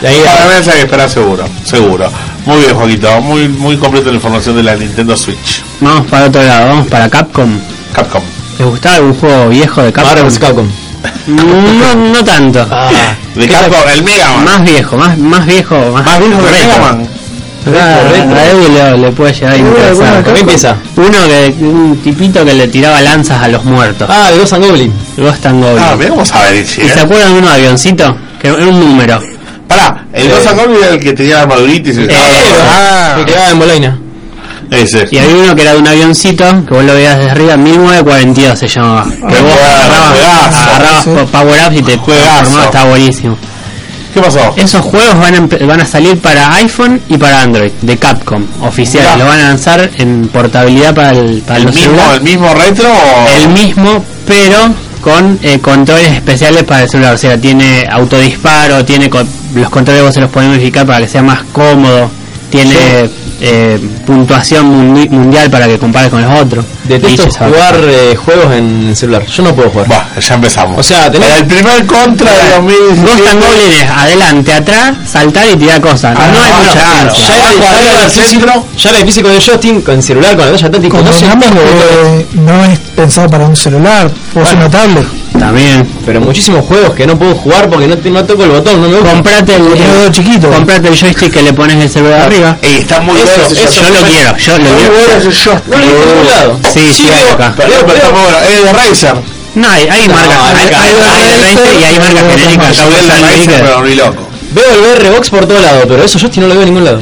Para ver, hay que esperar seguro, seguro. Muy bien, Joaquito. Muy, muy completa la información de la Nintendo Switch. Vamos para otro lado, vamos para Capcom. Capcom. ¿Les gustaba algún juego viejo de Capcom? Mm, Marvel's Capcom. No, no tanto. De Capcom, el Mega Man. Más viejo, más, más viejo, más, Más viejo que el retro. Mega Man. Ah, a Edu le, le puede llegar a Seguro, interesar. alguno de Capcom. Uno que un tipito que le tiraba lanzas a los muertos. Ah, el Ghost and Goblin. Ghost and Goblin. Ah, mirá cómo sabe, dice, ¿Y eh. se acuerdan de un avioncito? Que era un número. Pará, el Eh. Ghost and Goblin era el que tenía la armadurita y se Ah, me quedaba en Bolaina. Ese. Y había uno que era de un avioncito, que vos lo veías desde arriba, 1942 se llamaba. Que vos agarrabas, agarrabas po- power-ups y te transformabas, estaba buenísimo. ¿Qué pasó? Esos juegos van a, empe- van a salir para iPhone y para Android, de Capcom, oficial. Mirá. Lo van a lanzar en portabilidad para el para ¿El los mismo- celulares. el mismo retro o- El mismo, pero con eh, controles especiales para el celular. O sea, tiene autodisparo, tiene con- los controles vos se los podés modificar para que sea más cómodo. Tiene eh, puntuación mundi- mundial para que compares con los otros. Detesto Glitches, jugar ¿sabes? eh, juegos en el celular. Yo no puedo jugar. Bah, ya empezamos. O sea, tenés... Para el primer contra de 2017. Ghost and Goblin es adelante, atrás, saltar y tirar cosas. Ah, no hay bueno, mucha claro. ciencia. Ya Abajo, era- ya arriba, era difícil- ya era difícil con el joystick, con el celular, con la pantalla táctica. No sé Convengamos que Eh, no es pensado para un celular, vos una tablet. También. Pero muchísimos juegos que no puedo jugar porque no, te- no toco el botón, no me gusta. Comprate el, Todo chiquito. comprate el joystick que le pones el celular arriba. Ey, está muy Eso, bueno. ese eso, Yo joystick. lo quiero, yo lo Muy quiero. bueno ese joystick. No lo he visto en ningún lado. Sí, sí, hay acá. Pero, pero está muy bueno. Es de Razer. No, hay, hay marcas. Hay, acá- hay- hay acá- Razer y hay marcas genéricas. Yo el de Razer, pero ni loco. Veo el VR Box por todo lado, pero eso joystick no lo veo en ningún lado.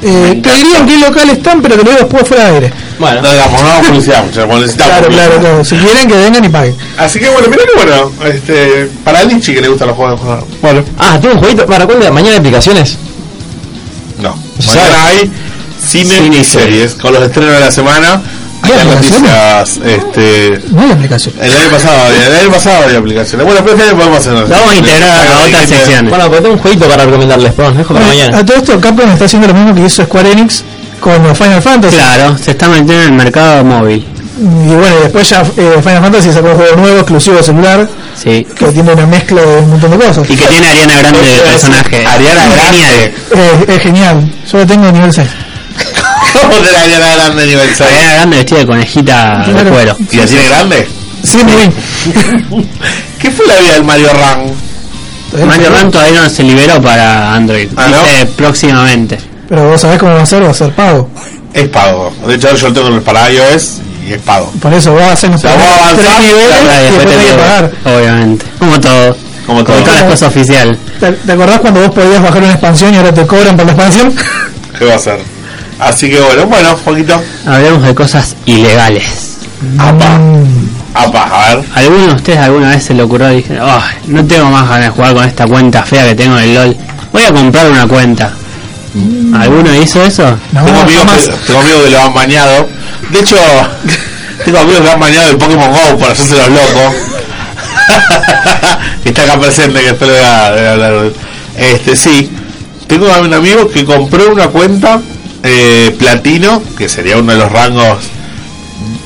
Eh, te diría en qué local están, pero te lo digo después fuera de aire. Bueno, No digamos, no publicidad, muchachos, porque necesitamos Claro, publicidad. claro, claro. Si quieren que vengan y paguen. Así que bueno, mirá que bueno. Este, para el Lichi que le gustan los juegos de jugar. Bueno, ah, tengo un jueguito para cuál era? mañana de aplicaciones. no. ¿Sabe? Mañana hay cine, Cine y y series con los estrenos de la semana. Hay Bien, noticias. Este, No hay aplicación. el año pasado, había- el año pasado había aplicaciones. Bueno, pero este año podemos hacer. Lo vamos a integrar a otras secciones. Bueno, pues tengo un jueguito para recomendarles, pero dejo para Bueno, mañana. a todo esto Capcom está haciendo lo mismo que hizo Square Enix con los Final Fantasy. Claro, se está metiendo en el mercado móvil. Y bueno, y después ya eh, Final Fantasy sacó un juego nuevo, exclusivo de celular, Sí. que tiene una mezcla de un montón de cosas. Y que tiene a Ariana Grande de personaje. Ariana Genial. Eh, es genial. Yo lo tengo de nivel 6. ¿Cómo te la Ariana Grande nivel 6? Ariana Grande vestida de conejita de Claro. cuero. ¿Y la tiene grande? Sí, muy bien. ¿Qué fue la vida del Mario Run? Mario Run todavía no se liberó para Android. Ah, ¿no? Dice próximamente. Pero vos sabés cómo va a ser, va a ser pago. Es pago. De hecho, yo lo tengo en el para iOS y es pago. Por eso vos hacés los sea, vos primeros avanzás, tres niveles Claro, y después te tenés que digo, pagar. Obviamente. Como todo. Como todo. Como todas las cosas oficiales. ¿Te, te acordás cuando vos podías bajar una expansión y ahora te cobran por la expansión? ¿Qué va a ser? Así que bueno, bueno, Joaquito. Hablemos de cosas ilegales. Apa. Apa, a ver. ¿Alguno de ustedes alguna vez se le ocurrió y dijeron, "Ah, no tengo más ganas de jugar con esta cuenta fea que tengo del LOL? Voy a comprar una cuenta. ¿Alguno hizo eso? No, tengo, amigos jamás. que, tengo amigos que lo han bañado. De hecho, tengo amigos que han bañado el Pokémon Go para hacerse los locos. Que Está acá presente, que después le voy a, le voy a hablar. Este, sí. Tengo un amigo que compró una cuenta eh, platino, que sería uno de los rangos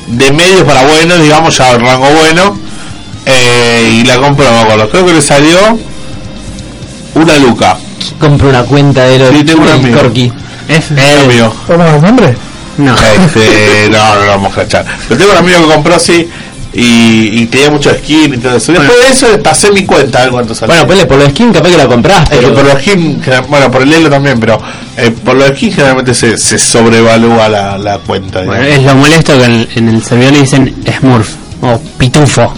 de medios para buenos, digamos, ya el rango bueno. eh, y la compró, no me acuerdo. Creo que le salió una luca. Compro una cuenta de los Sí, tengo un amigo. Eh, Corky. Es Eh, Un el... amigo. ¿Podemos dar nombre? No. Este, no, no lo vamos a cachar. Pero tengo un amigo que compró así y, y tenía mucho skin y todo eso. Después de eso pasé mi cuenta algo cuánto salió. Bueno, ponle por los skin capaz que la compraste. Es que pero- por los skin, gener- bueno, por el Elo también, pero eh, por los skin generalmente se, se sobrevalúa la, la cuenta. Bueno, digamos. es lo molesto que en, en el servidor le dicen Smurf o Pitufo.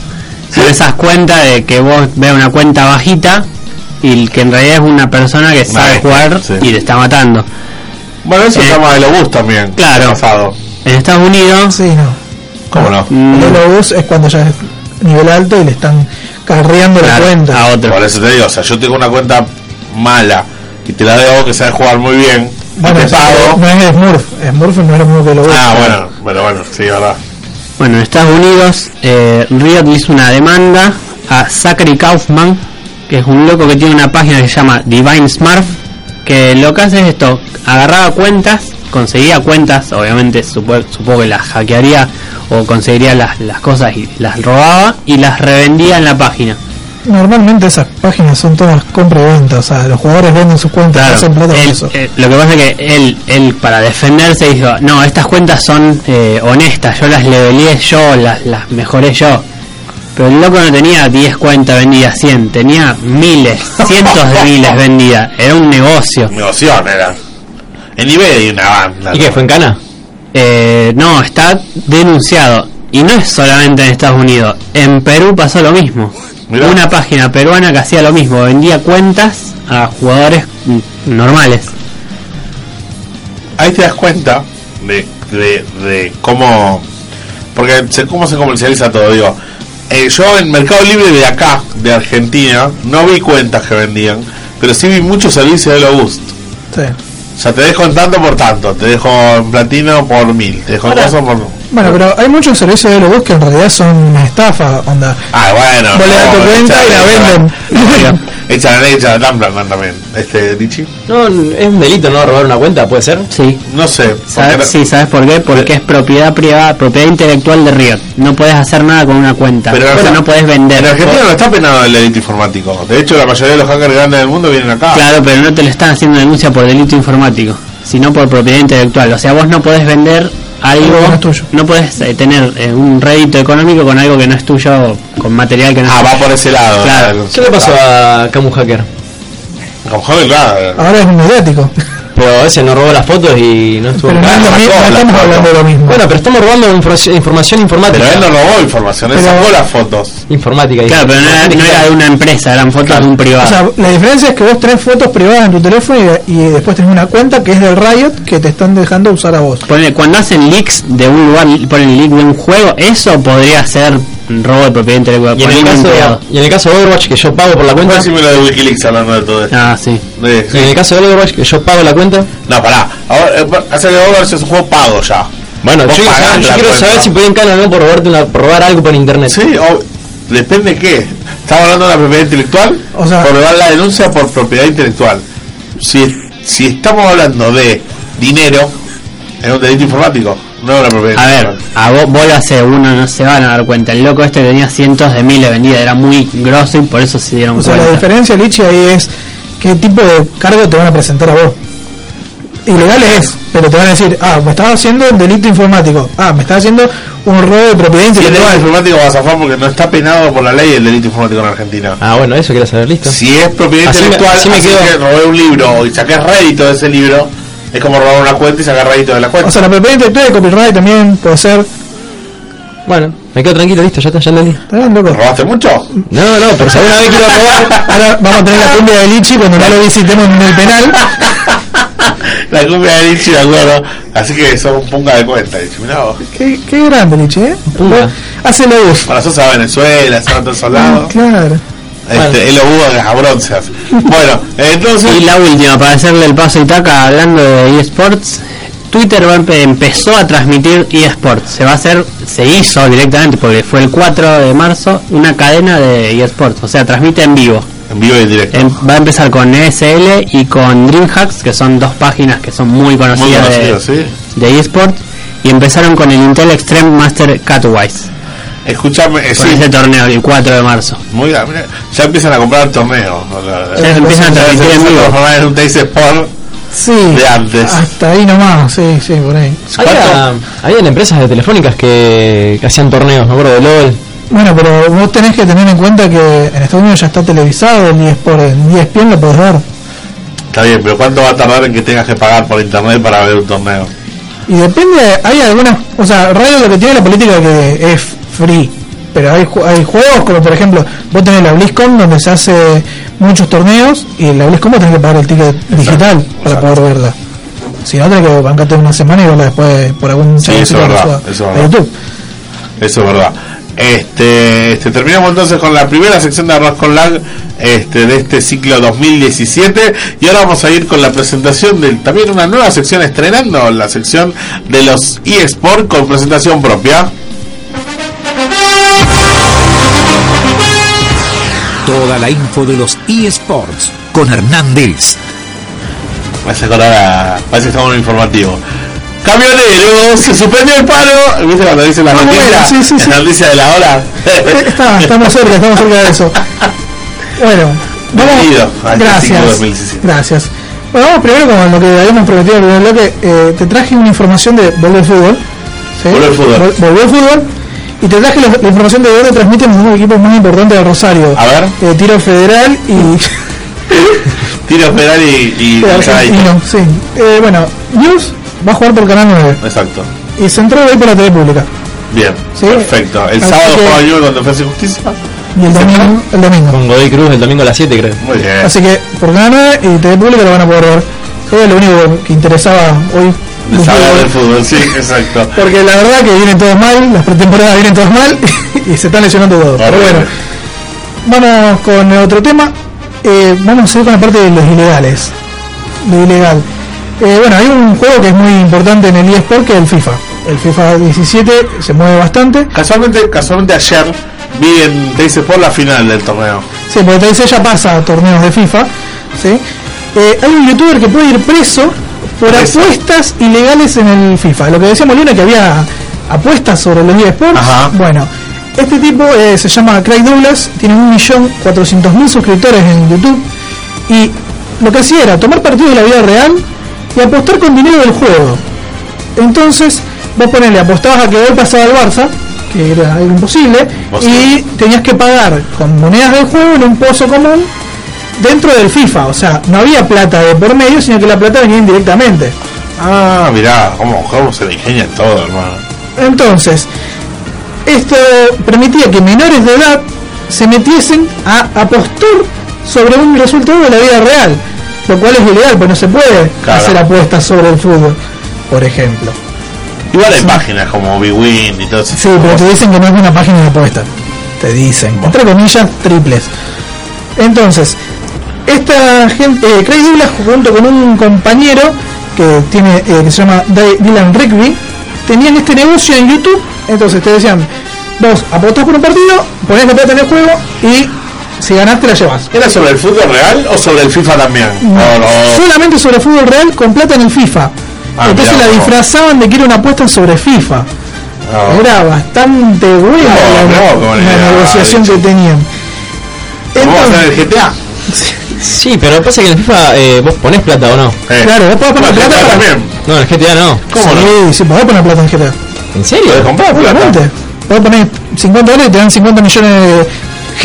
Son esas cuentas de que vos veas una cuenta bajita y que en realidad es una persona que sabe jugar y te está matando. Bueno, eso se llama Elo Boost también. Claro. En Estados Unidos. Sí, no. ¿Cómo no? Mm, El Elo Boost es cuando ya es nivel alto y le están carreando la cuenta. Por eso te digo, o sea, yo tengo una cuenta mala y te la debo que sabe jugar muy bien. y Bueno, te eso pago. no es Smurf. Smurf no es lo mismo que lo Boost. Ah, bueno, bueno, bueno, sí, verdad. Bueno, en Estados Unidos, eh, Riot hizo una demanda a Zachary Kaufman, que es un loco que tiene una página que se llama Divine Smurf, que lo que hace es esto, agarraba cuentas, conseguía cuentas, obviamente supo- supongo que las hackearía o conseguiría las, las cosas y las robaba y las revendía en la página. Normalmente esas páginas son todas compra y venta. O sea, los jugadores venden sus cuentas, hacen plata con él, eso. eh, lo que pasa es que él, él para defenderse dijo, no, estas cuentas son eh, honestas, yo las levelé yo, las, las mejoré yo. Pero el loco no tenía 10 cuentas vendidas, 100, tenía miles, cientos de miles vendidas, era un negocio. Negoción era. El nivel de una banda. ¿Y qué, fue en Cana? Eh, no, está denunciado. Y no es solamente en Estados Unidos, en Perú pasó lo mismo. Mirá. Una página peruana que hacía lo mismo, vendía cuentas a jugadores mm, normales. Ahí te das cuenta de, de, de cómo. Porque sé cómo se comercializa todo, digo. eh, yo en Mercado Libre de acá, de Argentina, no vi cuentas que vendían, pero sí vi muchos servicios de lo gusto. O sea, te dejo en tanto por tanto, te dejo en platino por mil, te dejo en Ahora- coso por. Bueno, pero hay muchos servicios de Elo Boost que en realidad son una estafa. Onda, Ah, bueno. Vos le das tu cuenta y la venden. Echan la leche, la plan también. Este, Richie. No, es un delito no robar una cuenta, ¿puede ser? Sí. No sé. ¿Sabes? Sí, ¿sabes por qué? Porque es propiedad privada, propiedad intelectual de Riot. No puedes hacer nada con una cuenta. Pero en Bueno, Argentina- no puedes vender. En Argentina no está penado el delito informático. De hecho, la mayoría de los hackers grandes del mundo vienen acá. Claro, pero no te le están haciendo denuncia por delito informático, sino por propiedad intelectual. O sea, vos no podés vender algo, Algo que no es no podés eh, tener eh, un rédito económico con algo que no es tuyo, con material que no es Ah, va tuyo. por ese lado. Claro. ¿Qué le pasó a Camus Hacker? Con joder, claro. ahora es un mediático. Pero ese nos robó las fotos y no estuvo Pero no, Ah, es lo sacó mismo, no las estamos fotos. hablando de lo mismo. Bueno, pero estamos robando infor- información informática. Pero él no robó información, él Pero- sacó las fotos. Informática. Claro, pero no era, no era de una empresa, eran fotos de un O privado. sea, Ah, la diferencia es que vos tenés fotos privadas en tu teléfono y, y después tenés una cuenta que es del Riot que te están dejando usar a vos. Ponele, cuando hacen leaks de un lugar, ponen leak de un juego, eso podría ser robo de propiedad intelectual. Y en, el Ponen un caso, privado. y en el caso de Overwatch, que yo pago por la cuenta. Vos decime lo de Wikileaks hablando de todo esto. Ah, sí. Eh, Y en el caso de Overwatch, que yo pago la cuenta. No, pará. Ahora, eh, hace que Overwatch es un juego pago ya. Bueno, Vos Ah, yo, pagás yo la quiero cuenta. saber si pueden ganar o no por robarte una- por robar algo por internet. Sí, o- depende de qué. Estamos hablando de la propiedad intelectual. O sea- por llevar la denuncia por propiedad intelectual. Si, si estamos hablando de dinero, es un delito informático, no una propiedad Ah, A ver, intelectual. a vos, vos lo hace uno, no se van a dar cuenta. El loco este tenía cientos de miles vendidas, era muy grosso y por eso se dieron O sea, cuenta. la diferencia, Lichi, ahí es qué tipo de cargo te van a presentar a vos. Ilegal es, pero te van a decir, ah, me estás haciendo un delito informático, ah, me estás haciendo un robo de propiedad Si el delito intelectual. informático va a zafar porque no está penado por la ley el delito informático en Argentina. Ah, bueno, eso quería saber, listo. Si es propiedad Así me- intelectual, así me así quedo. que robé un libro y saqué rédito de ese libro, es como robar una cuenta y sacar rédito de la cuenta. O sea, la propiedad intelectual de copyright también puede ser. Bueno, me quedo tranquilo, listo, ya está, ya entendí. ¿Está bien, loco? ¿Robaste mucho? No, no, pero si alguna vez quiero robar. Ahora vamos a tener la cumbia de Lichi cuando ya lo visitemos en el penal. La cumbia de Lichi, de acuerdo. Así que son un punga de cuenta, Lichi. Mirá vos. Qué, qué grande, Lichi, ¿eh? Punga. Hace la voz. Bueno, sos a Venezuela, sos a todos Ah. lados. Claro. Bueno. Este, él lo hubo a bronceas. Bueno, entonces. Y la última, para hacerle el paso y taca, hablando de eSports, Twitter va empe- empezó a transmitir eSports. Se va a hacer, se hizo directamente porque fue el 4 de marzo, una cadena de eSports. O sea, transmite en vivo. En vivo y en directo. Em- va a empezar con ESL y con DreamHacks, que son dos páginas que son muy conocidas, Muy de, conocido, sí. de eSports. Y empezaron con el Intel Extreme Master Catwise. Escuchame, eh, Con sí. Eh, ese torneo el 4 de marzo. Muy ah, bien, mira, ya empiezan a comprar torneos. Ya se empiezan a transmitir en transformar vivo. en un Dice Sport. Sí. de antes. Ah. Hasta ahí nomás, sí, sí, por ahí. Había, habían empresas de telefónicas que, que hacían torneos, me acuerdo de LOL. Bueno, pero vos tenés que tener en cuenta que en Estados Unidos ya está televisado el eSport, en ESPN lo podés ver. Está bien, pero ¿cuánto va a tardar en que tengas que pagar por internet para ver un torneo? Y depende, hay algunas, o sea, radio lo que tiene la política que es free, pero hay, ju- hay juegos como por ejemplo, vos tenés la BlizzCon donde se hace muchos torneos y en la BlizzCon vos tenés que pagar el ticket digital para poder verla. Si no, tenés que bancarte una semana y verla después por algún Sí, eso sitio es que verdad, suba eso a es verdad. YouTube. Eso es verdad. Este, este, terminamos entonces con la primera sección de Arroz con Lag este, de este ciclo 2017 y ahora vamos a ir con la presentación de también una nueva sección estrenando la sección de los eSport con presentación propia. Toda la info de los eSports con Hernández. Me hace acordar a- parece que estamos en un informativo. Camioneros, se suspendió el paro. ¿Viste cuando dicen las Ah, bueno, noticias? sí, sí, sí. Las noticias de la hora. Está, estamos cerca, estamos cerca de eso. Bueno, Bienvenido a este ciclo gracias. 2017. Gracias. Bueno, vamos primero con lo que habíamos prometido en el primer bloque. Eh, te traje una información de Volver al Fútbol. ¿sí? Volver al Fútbol. Vol- Volver al Fútbol. Y te traje la, la información de dónde transmiten los dos equipos más importantes de Rosario. A ver. Eh, tiro Federal y Tiro federal y, y y Argentino. Sí. Eh, bueno, News va a jugar por Canal 9. Exacto. Y Central va a ir por la TV pública. Bien, Sí. perfecto. El Así sábado que- Ah. juega Newell's contra Defensa y Justicia. Y el domingo, el domingo. Con Godoy Cruz el domingo a las 7, creo. Muy bien. Así que por ganar y TV Pública lo van a poder ver. Era lo único que interesaba hoy. El sábado del fútbol, sí, exacto. Porque la verdad que vienen todos mal, las pretemporadas vienen todas mal y se están lesionando todos. Pero Horrible. bueno, vamos con otro tema. Eh, vamos a ir con la parte de los ilegales. Lo ilegal. Eh, bueno, hay un juego que es muy importante en el eSport que es el FIFA. El FIFA 17 se mueve bastante. Casualmente, casualmente ayer vi en Dice por la final del torneo. Sí, porque te dice ya pasa a torneos de FIFA. ¿sí? Eh, hay un youtuber que puede ir preso por Preso. apuestas ilegales en el FIFA. Lo que decíamos Luna que había apuestas sobre los eSports. Ajá. Bueno, este tipo eh, se llama Craig Douglas, tiene 1.400.000 suscriptores en YouTube. Y lo que hacía era tomar partido de la vida real y apostar con dinero del juego. Entonces, vos ponele, apostabas a que hoy pasaba el Barça, que era algo imposible, Imposible. y tenías que pagar con monedas del juego en un pozo común dentro del FIFA. O sea, no había plata de por medio, sino que la plata venía indirectamente. Ah, mirá, cómo, cómo se le ingenia todo, hermano. Entonces, esto permitía que menores de edad se metiesen a apostar sobre un resultado de la vida real, lo cual es ilegal, pues no se puede Claro. hacer apuestas sobre el fútbol, por ejemplo. Igual hay Sí. páginas como Big Win y todo eso. Sí, pero te dicen que no es una página de apuesta. Te dicen. Entre comillas, triples. Entonces, esta gente, eh, Craig Douglas junto con un compañero que tiene eh, que se llama Dy- Dylan Rigby, tenían este negocio en YouTube. Entonces te decían, vos apostás por un partido, ponés la plata en el juego y si ganás te la llevas. ¿Era sobre el fútbol real o sobre el FIFA también? No, no. Solamente sobre fútbol real con plata en el FIFA. Ah, Entonces mirá, la no. disfrazaban de que era una apuesta sobre FIFA. no. Era bastante buena No, la, no, como la le- negociación ah, que tenían. ¿Vamos a hacer Entonces, el GTA? Sí, pero lo que pasa es que en el FIFA eh, vos ponés plata o no. Eh. claro, vos podés Bueno, poner plata GTA para... también. No, en el GTA no. ¿Cómo sí, sí, podés poner plata en GTA. ¿En serio? ¿Podés comprar plata? Obviamente. Podés poner 50 dólares y te dan 50 millones de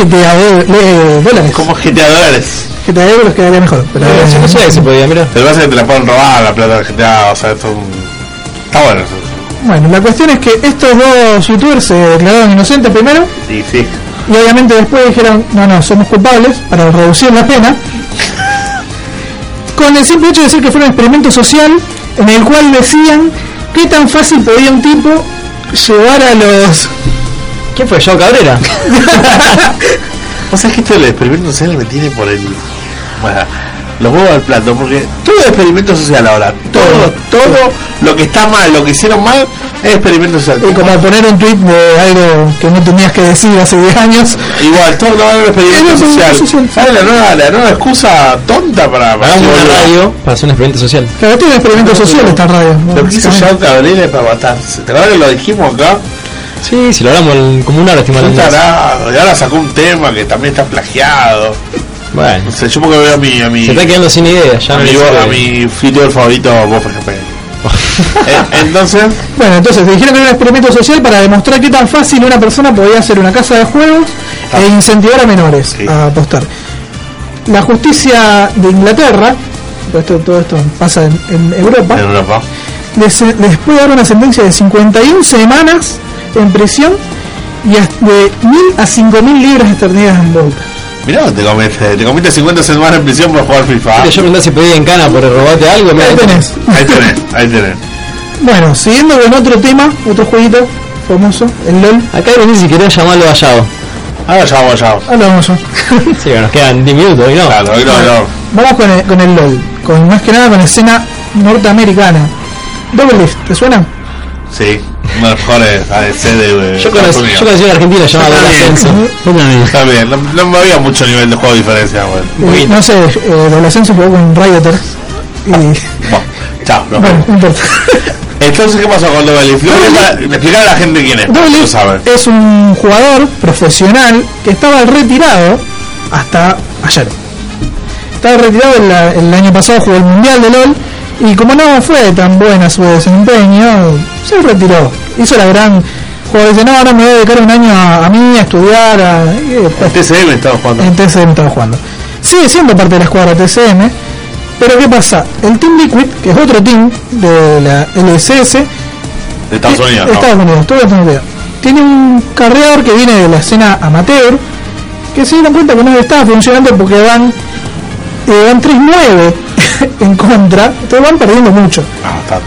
GTA de, de- dólares. Como GTA dólares. GTA de euros quedaría mejor. Pero, No, yo no sabía que se podía, mira. Lo que pasa es que te la pueden robar la plata del GTA, o sea, esto es un- Está bueno. Bueno, la cuestión es que estos dos youtubers se declararon inocentes primero Sí, sí. y obviamente después dijeron, no, no, somos culpables para reducir la pena. Con el simple hecho de decir que fue un experimento social en el cual decían qué tan fácil podía un tipo llevar a los... ¿Quién fue? ¿Joe Cabrera? O sea, es que esto del experimento social me tiene por el... Bueno, lo muevo al plato, porque todo es experimento social ahora. Todo, todo lo que está mal, lo que hicieron mal, es experimento social. Y eh, como poner un tweet de algo que no tenías que decir hace 10 años. Igual, todo lo va a haber Es experimento un experimento social. social. ¿Sabes la nueva, la nueva excusa tonta para... Hagamos para hacer una Ah, boludo? radio para hacer un experimento social. Claro, esto es un experimento social esta radio. Lo que hizo Joao Cabrera es para matarse. ¿Te acuerdas que lo dijimos acá? Sí, si lo hablamos en- como una hora, estoy Un hablando. tarado. Y ahora sacó un tema que también está plagiado. Bueno. No sé, yo porque veo a mi. A mi Se está quedando sin ideas, ya a no mi, le sirve. a mi fideo favorito, GoFGP. Eh, Entonces. Bueno, entonces te dijeron que era un experimento social para demostrar qué tan fácil una persona podía hacer una casa de juegos e incentivar a menores a apostar. La justicia de Inglaterra, todo esto, todo esto pasa en, en Europa, En Europa. les, les puede dar una sentencia de 51 semanas en prisión y hasta de 1.000 a 5.000 libras esterlinas en multa. Mirá, te comiste, te comiste 50 semanas en prisión por jugar FIFA. Yo pregunté si pedí en cana por robarte algo. mira, Ahí tenés. Ahí tenés, ahí tenés. Bueno, siguiendo con otro tema, otro jueguito famoso, el LOL. Acá venís si querés llamarlo a Yao. Ahora ya vamos, ya Ahora vamos yo. Sí, bueno, nos quedan 10 minutos hoy no. Claro, hoy no, hoy no. Vamos con el, con el LOL, con más que nada con la escena norteamericana. Double Lift, ¿te suena? Eh, Sí, uno de los mejores ADC de. Yo conocí, yo conocí a Argentina llamado Está Don bien. Ascenso. Está bien, no, no había mucho nivel de juego de diferencia, bueno. Ah, Eh, no sé, eh, Double Ascenso jugó con Rioter. Y, Bueno, chao, no. bueno, no importa. Entonces, ¿qué pasó con Double Lift? Lo que pasa- Me explicaba a la gente quién es, Double lo Lift sabe. es un jugador profesional que estaba retirado hasta ayer. Estaba retirado el, el año pasado, jugó el Mundial de LOL. Y como no fue tan buena su desempeño, se retiró. Hizo la gran juego. Dice, no, ahora me voy a dedicar un año a, a mí, a estudiar, a, y después El TCM estaba jugando. en TCM estaba jugando. Sigue siendo parte de la escuadra TCM, pero ¿qué pasa? El Team Liquid, que es otro team de la LSS, De Estados eh, Unidos, ¿no? Estados Unidos, todo Estados Unidos. Tiene un carreador que viene de la escena amateur, que se dieron cuenta que no estaba funcionando porque van, eh, van 3-9 en contra, entonces van perdiendo mucho. Ah, está.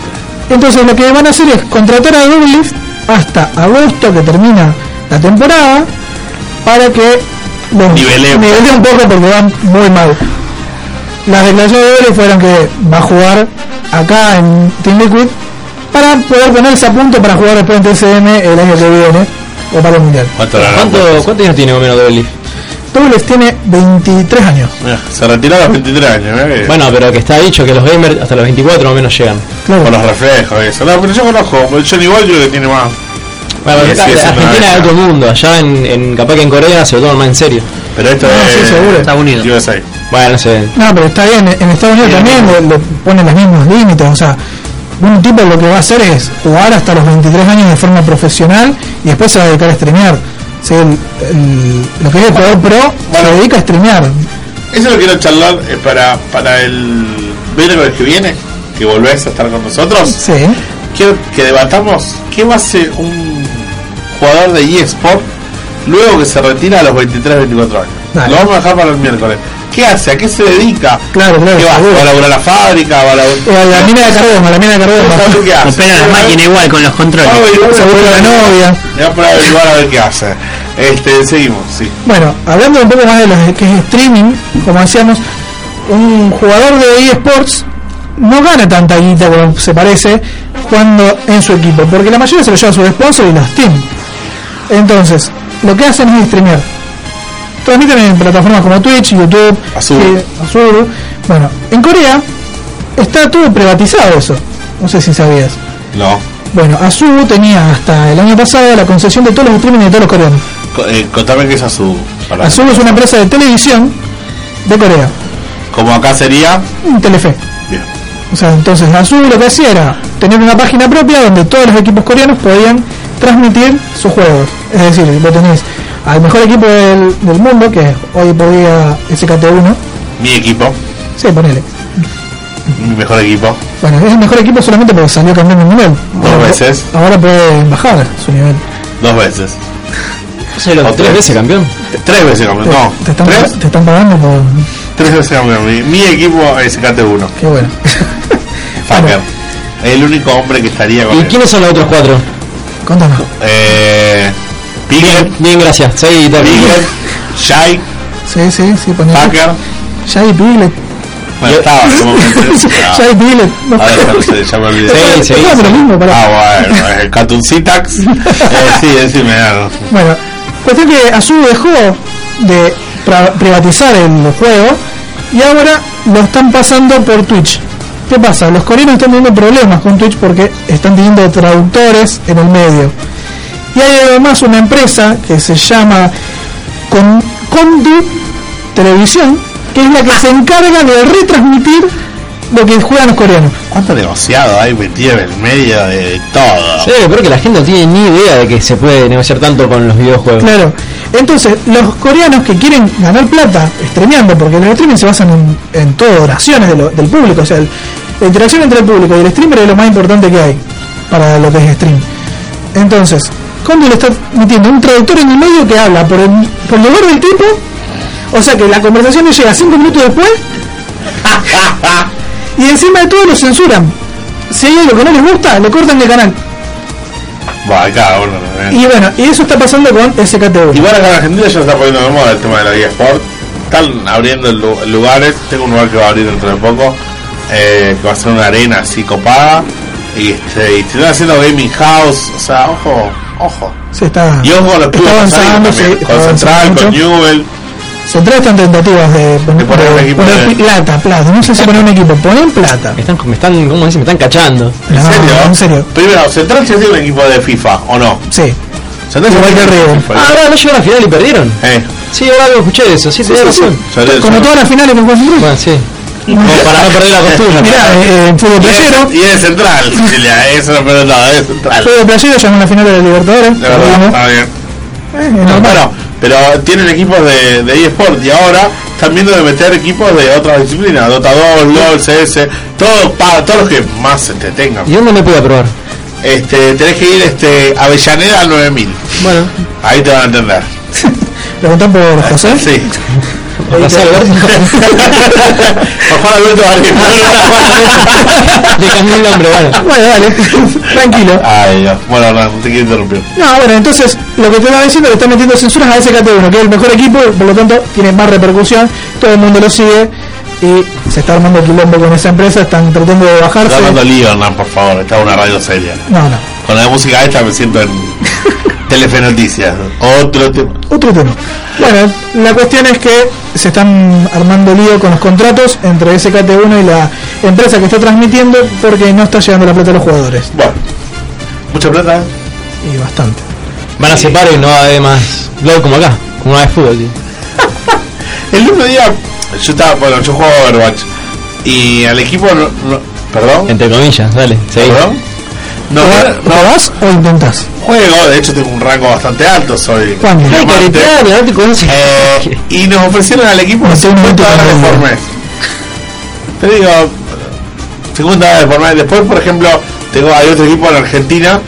Entonces lo que van a hacer es contratar a Doublelift hasta agosto que termina la temporada para que los Nivele. nivele un poco porque van muy mal. Las declaraciones de Doublelift fueron que va a jugar acá en Team Liquid para poder ponerse a punto para jugar después en TCM el año que viene o para el mundial. ¿Cuánto era? ¿Cuánto, ¿Cuántos años tiene más o menos Dolly? Doublelift tiene 23 años. Mira, Se retiró a los 23 años, mira que- Bueno, pero que está dicho que los gamers hasta los 24 más o menos llegan. Claro. Por los reflejos, eso. No, pero yo conozco, pero Johnny Boy creo que tiene más. Bueno, Sí, acá- sí, es una Argentina bestia. es otro mundo, allá en, en capaz que en Corea se lo toman más en serio. Pero esto No, es. Ah, sí, seguro. Estados Unidos. USA. Bueno, no sé. No, pero está bien, en Estados Unidos también le, le ponen los mismos límites, o sea, un tipo lo que va a hacer es jugar hasta los 23 años de forma profesional y después se va a dedicar a streamear. O sea, el- el- lo que es el jugador pro se dedica a streamear. Eso lo quiero charlar eh, para, para el verano que viene, que volvés a estar con nosotros. Sí. Quiero que debatamos qué va a hacer un jugador de eSport luego que se retira a los 23, 24 años. Dale. Lo vamos a dejar para el miércoles. ¿Qué hace? ¿A qué se dedica? Claro, claro, ¿Qué va? seguro. ¿Va a laburar a la fábrica? ¿Va a laburar.? O a Eh, la mina de carbón, a la mina de carbón. No sabe lo que hace. Opera la máquina igual con los Va a controles. averiguar- Se vuelve la novia. Le va a poner a averiguar a ver qué hace. Este, seguimos, sí. Bueno, hablando un poco más de lo que es streaming, como decíamos, un jugador de eSports no gana tanta guita como se parece cuando en su equipo, porque la mayoría se lo lleva su sponsor y los team. Entonces, lo que hacen es streamear. Transmiten en plataformas como Twitch, YouTube, Azul. eh, Azul. Bueno, en Corea está todo privatizado eso. No sé si sabías. No. Bueno, Azul tenía hasta el año pasado la concesión de todos los streaming de todos los coreanos. Co- eh, contame qué es Azul. para- Azul es una empresa de televisión de Corea, Como acá sería. un Telefe. Bien. O sea, entonces Azul lo que hacía era tener una página propia donde todos los equipos coreanos podían transmitir sus juegos. Es decir, lo tenés al mejor equipo del, del mundo, que es hoy por día SKT1. Mi equipo. Sí, ponele. Mi mejor equipo. Bueno, es el mejor equipo solamente porque salió cambiando el nivel. Dos veces. Ahora puede bajar su nivel. Dos veces. ¿Tres, tres. veces campeón? Tres veces campeón. No. Te están, Tres, te están pagando por... tres veces campeón. Mi, mi equipo es KT1. Qué bueno. Fucker. El único hombre que estaría con ¿Y él. quiénes son los otros cuatro? Contanos. Eh, Piquet. Bien, gracias. Seguí, Itachi. Piquet. Shai. Sí, sí, sí, ponele. Fucker. Shai Piglet. Bueno, estaba en ese momento. Shai Piglet. No. Ah, ahora ya, ya me olvidé. Sí, sí, Era lo mismo, pará. Ah, bueno, el Catuncitax. Eh, sí, decime algo. Bueno, cuestión que Azu dejó de pra- privatizar el juego y ahora lo están pasando por Twitch. ¿Qué pasa? Los coreanos están teniendo problemas con Twitch porque están teniendo traductores en el medio. Y hay además una empresa que se llama Con- Condu Televisión, que es Ah. la que se encarga de retransmitir lo que juegan los coreanos. ¿Cuánto negociado hay metido en el medio de todo? Sí, pero que la gente no tiene ni idea de que se puede negociar tanto con los videojuegos. Claro. Entonces, los coreanos que quieren ganar plata streameando, porque los streaming se basan en, en todo, oraciones de lo- del público, o sea, el- la interacción entre el público y el streamer es lo más importante que hay para lo que es stream. Entonces, Combi le está metiendo un traductor en el medio que habla por el, por el lugar del tipo, o sea que la conversación no llega cinco minutos después, y encima de todo lo censuran. Si hay algo que no les gusta, le cortan el canal. Va, acá, bueno. eh. Y bueno, y eso está pasando con SKTV. Igual acá en Argentina ya se está poniendo de moda el tema de la guía Sport. Están abriendo lu- lugares. Tengo un lugar que va a abrir dentro de poco. eh, que va a ser una arena así copada. Y, este, y están haciendo gaming house. O sea, ojo, ojo. Se está, Y ojo a los está clubes avanzando, también, se- está Con Central, avanzando con mucho. Newell. Central están tentativas de, poner poner un equipo de- plata, plata. No sé si poner un equipo, ponen plata. Me están, me están, ¿cómo dicen? Me están cachando. ¿En No, serio? en serio. Primero, Central se tiene un equipo de FIFA, ¿o no? Sí. Central Igual se tiene que un River. equipo de Ah, FIFA. ahora no llegó a la final y perdieron. Eh, Sí, ahora algo escuché eso, sí, tenés sí, razón. Central- Como todas las finales con Concentrado. Bueno, sí. Como para no perder la costumbre. Mirá, eh, en fútbol Y playero, es, y es Central, Cecilia, eso no pero no, es Central. fútbol playero ya en la final de la Libertadores. La verdad, ah, perdimos. está bien. Eh, es normal. Bueno, pero tienen equipos de, de eSport y ahora están viendo de meter equipos de otras disciplinas, Dota 2, LOL, CS, todo, para todos los que más se te tengan. ¿Y dónde me puedo probar? Este, tenés que ir este Avellaneda al 9000. Bueno, Ahí te van a entender. Preguntan por José. Ah, Sí. a pasar Por Juan Alberto Barrio. Le cambié el nombre, bueno. Bueno, dale, tranquilo. Ay, Dios. Ah, Bueno, no, te quiero interrumpir. No, bueno, entonces lo que te estaba diciendo le están metiendo censuras a SKT1, que es el mejor equipo, por lo tanto tiene más repercusión, todo el mundo lo sigue y se está armando quilombo con esa empresa, están tratando de Está bajarse. hablando lío, Hernán, por favor. Está una radio seria. No, no, Con la música esta me siento en Telefe Noticias. Otro te- otro tema. Bueno, la cuestión es que se están armando lío con los contratos entre SKT1 y la empresa que está transmitiendo porque no está llegando la plata a los jugadores. Bueno. Mucha plata. ¿eh? Y bastante. Van a separar y no va a haber más LOL como acá, como va de fútbol, tío. El mismo día, yo estaba, bueno, yo jugaba Overwatch. Y al equipo no, no- ¿Perdón? Entre comillas, dale, seguí. ¿Perdón? No, ¿Robás- no, ¿Robás o intentás? juego, de hecho tengo un rango bastante alto, soy ¿Cuánto? Ay, diamante. careteame, ahora te conoces. Eh, y nos ofrecieron al equipo Me tengo 50 un dólares momento por para mes. Te digo, 50 dólares por mes. Después, por ejemplo, tengo, hay otro equipo en Argentina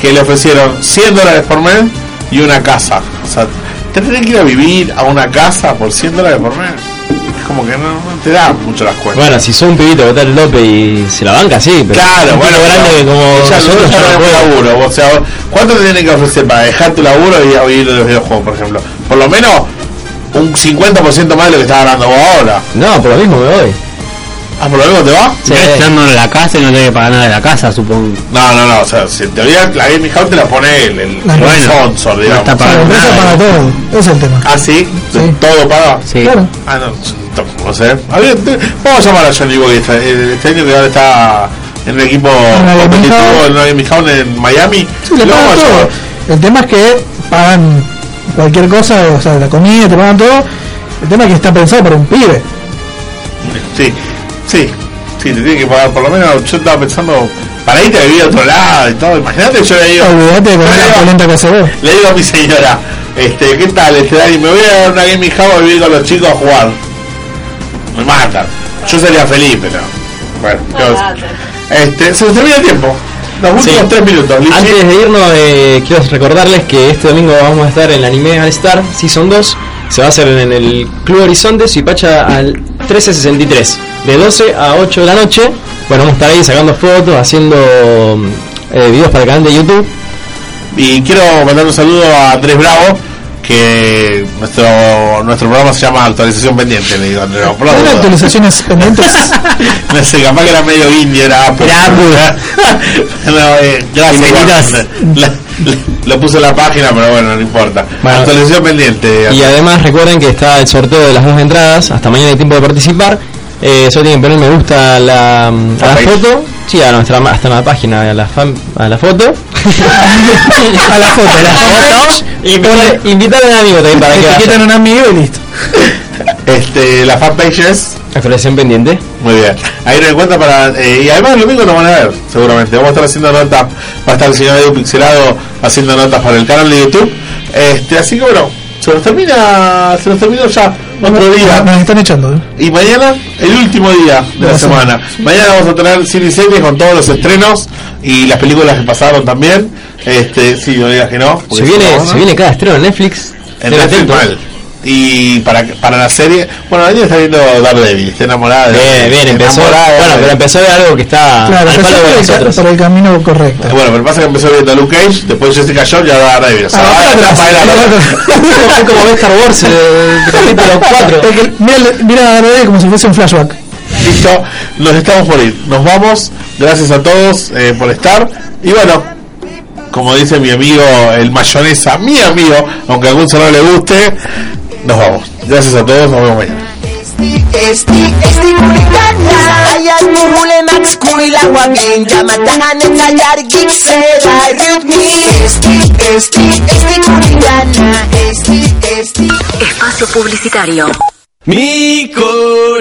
que le ofrecieron 100 dólares por mes y una casa. O sea, te tenés que ir a vivir a una casa por 100 dólares por mes. Es como que no, no te da mucho las cuentas. Bueno, si sos un pibito que tal el López y se la banca, sí, pero. Claro, un bueno, tipo grande pero como ya, nosotros, nosotros yo ya no tenemos puedo. laburo. O sea, ¿cuánto te tienen que ofrecer para dejar tu laburo y a vivir de los videojuegos, por ejemplo? Por lo menos un 50% más de lo que estás ganando vos ahora. No, por lo mismo me voy. ¿Ah, por lo menos te va? Sí. Estando en la casa y no tiene que pagar nada de la casa, supongo. No, no, no. O sea, si en teoría la Gaming House te la pone el, el La el bueno, sponsor, no digamos. está O sea, la pagando empresa nada. para todo, ese es el tema. Ah, sí, Sí. todo paga. Eh, Sí. Claro. Ah, no, no, no sé. A ver, te- vamos a llamar a Johnny Boy este, eh, este año que ahora está en el equipo la Gaming competitivo House. en la Gaming House en Miami. Sí, le Lo pagan vamos a llamar. todo. El tema es que pagan cualquier cosa, o sea, la comida, te pagan todo. El tema es que está pensado para un pibe. Sí, sí, sí, te tiene que pagar por lo menos. Yo estaba pensando, para irte a vivir a otro lado y todo. Imagínate, yo le digo, Olvídate de comer Pero- la polenta que se ve. le digo a mi señora, este, ¿qué tal? Este Dani, me voy a dar una gaming house a vivir con los chicos a jugar. Me matan. Yo sería feliz, pero. Bueno, ¿qué vas a hacer? este, se nos termina el tiempo. Los últimos Sí. tres minutos, Lichi. Antes de irnos, eh, quiero recordarles que este domingo vamos a estar en el anime All Star Season 2. Se va a hacer en el Club Horizonte, Suipacha al 1363, de 12 a 8 de la noche. Bueno, vamos a estar ahí sacando fotos, haciendo mm, eh, videos para el canal de YouTube. Y quiero mandar un saludo a Andrés Bravo, que nuestro nuestro programa se llama Actualización Pendiente, le digo a Andrés Bravo. por la ¿Tienen duda. actualizaciones pendientes? No sé, capaz que era medio indio, era Apple. no, eh, gracias. Bienvenidos. Juan. La- la- lo puse en la página, pero bueno, no importa. Bueno. Actualización pendiente. Y además recuerden que está el sorteo de las dos entradas, hasta mañana hay tiempo de participar. Eh, solo tienen que poner me gusta a la, a la Ok. foto, sí, a nuestra ma- hasta la página, a la, fan- a la foto. a la foto, a la foto. Y poner- invitar a un amigo también para que vaya. Etiquetan a un amigo y listo. Este, la fanpage es. Actualización pendiente. Muy bien. Ahí lo encuentra para. eh, y además el domingo lo van a ver, seguramente. Vamos a estar haciendo notas. Va a estar el señor Edu Pixelado haciendo notas para el canal de YouTube. Este, así que bueno, se nos termina. Se nos terminó ya otro día. Ah, Nos están echando. ¿eh? Y mañana, el último día de la Gracias. semana. Mañana vamos a tener cine y series con todos los estrenos y las películas que pasaron también. Este, sí, no digas que no. Se porque si viene, no, se viene cada estreno en Netflix. en Estén Netflix atentos. mal. Y para, para la serie, bueno, Daniel está viendo Daredevil, está enamorada. de- Bien, bien, empezó. enamorada Bueno, de- pero empezó de algo que está Claro, al pero palo de yo creo que nosotros. por el camino correcto. Bueno, pero pasa que empezó viendo a Luke Cage, después Jessica Jones y ahora Daredevil. O Ah, sea, va de atrás para adelante. Fue como Star Wars, el capítulo 4. Es que mira, mira la verdad como si fuese un flashback. Listo, nos estamos por ir. Nos vamos. Gracias a todos eh, por estar. Y bueno, como dice mi amigo el mayonesa, mi amigo, aunque a algún no le guste, nos vamos. Gracias a todos, nos vemos mañana. Esti, esti kulikanya Ayan mo huli max kunila wagin Yamatahan at kayar gikse Larut ni Esti, esti, esti kulikanya Esti, esti Espacio publicitario. Mi corazón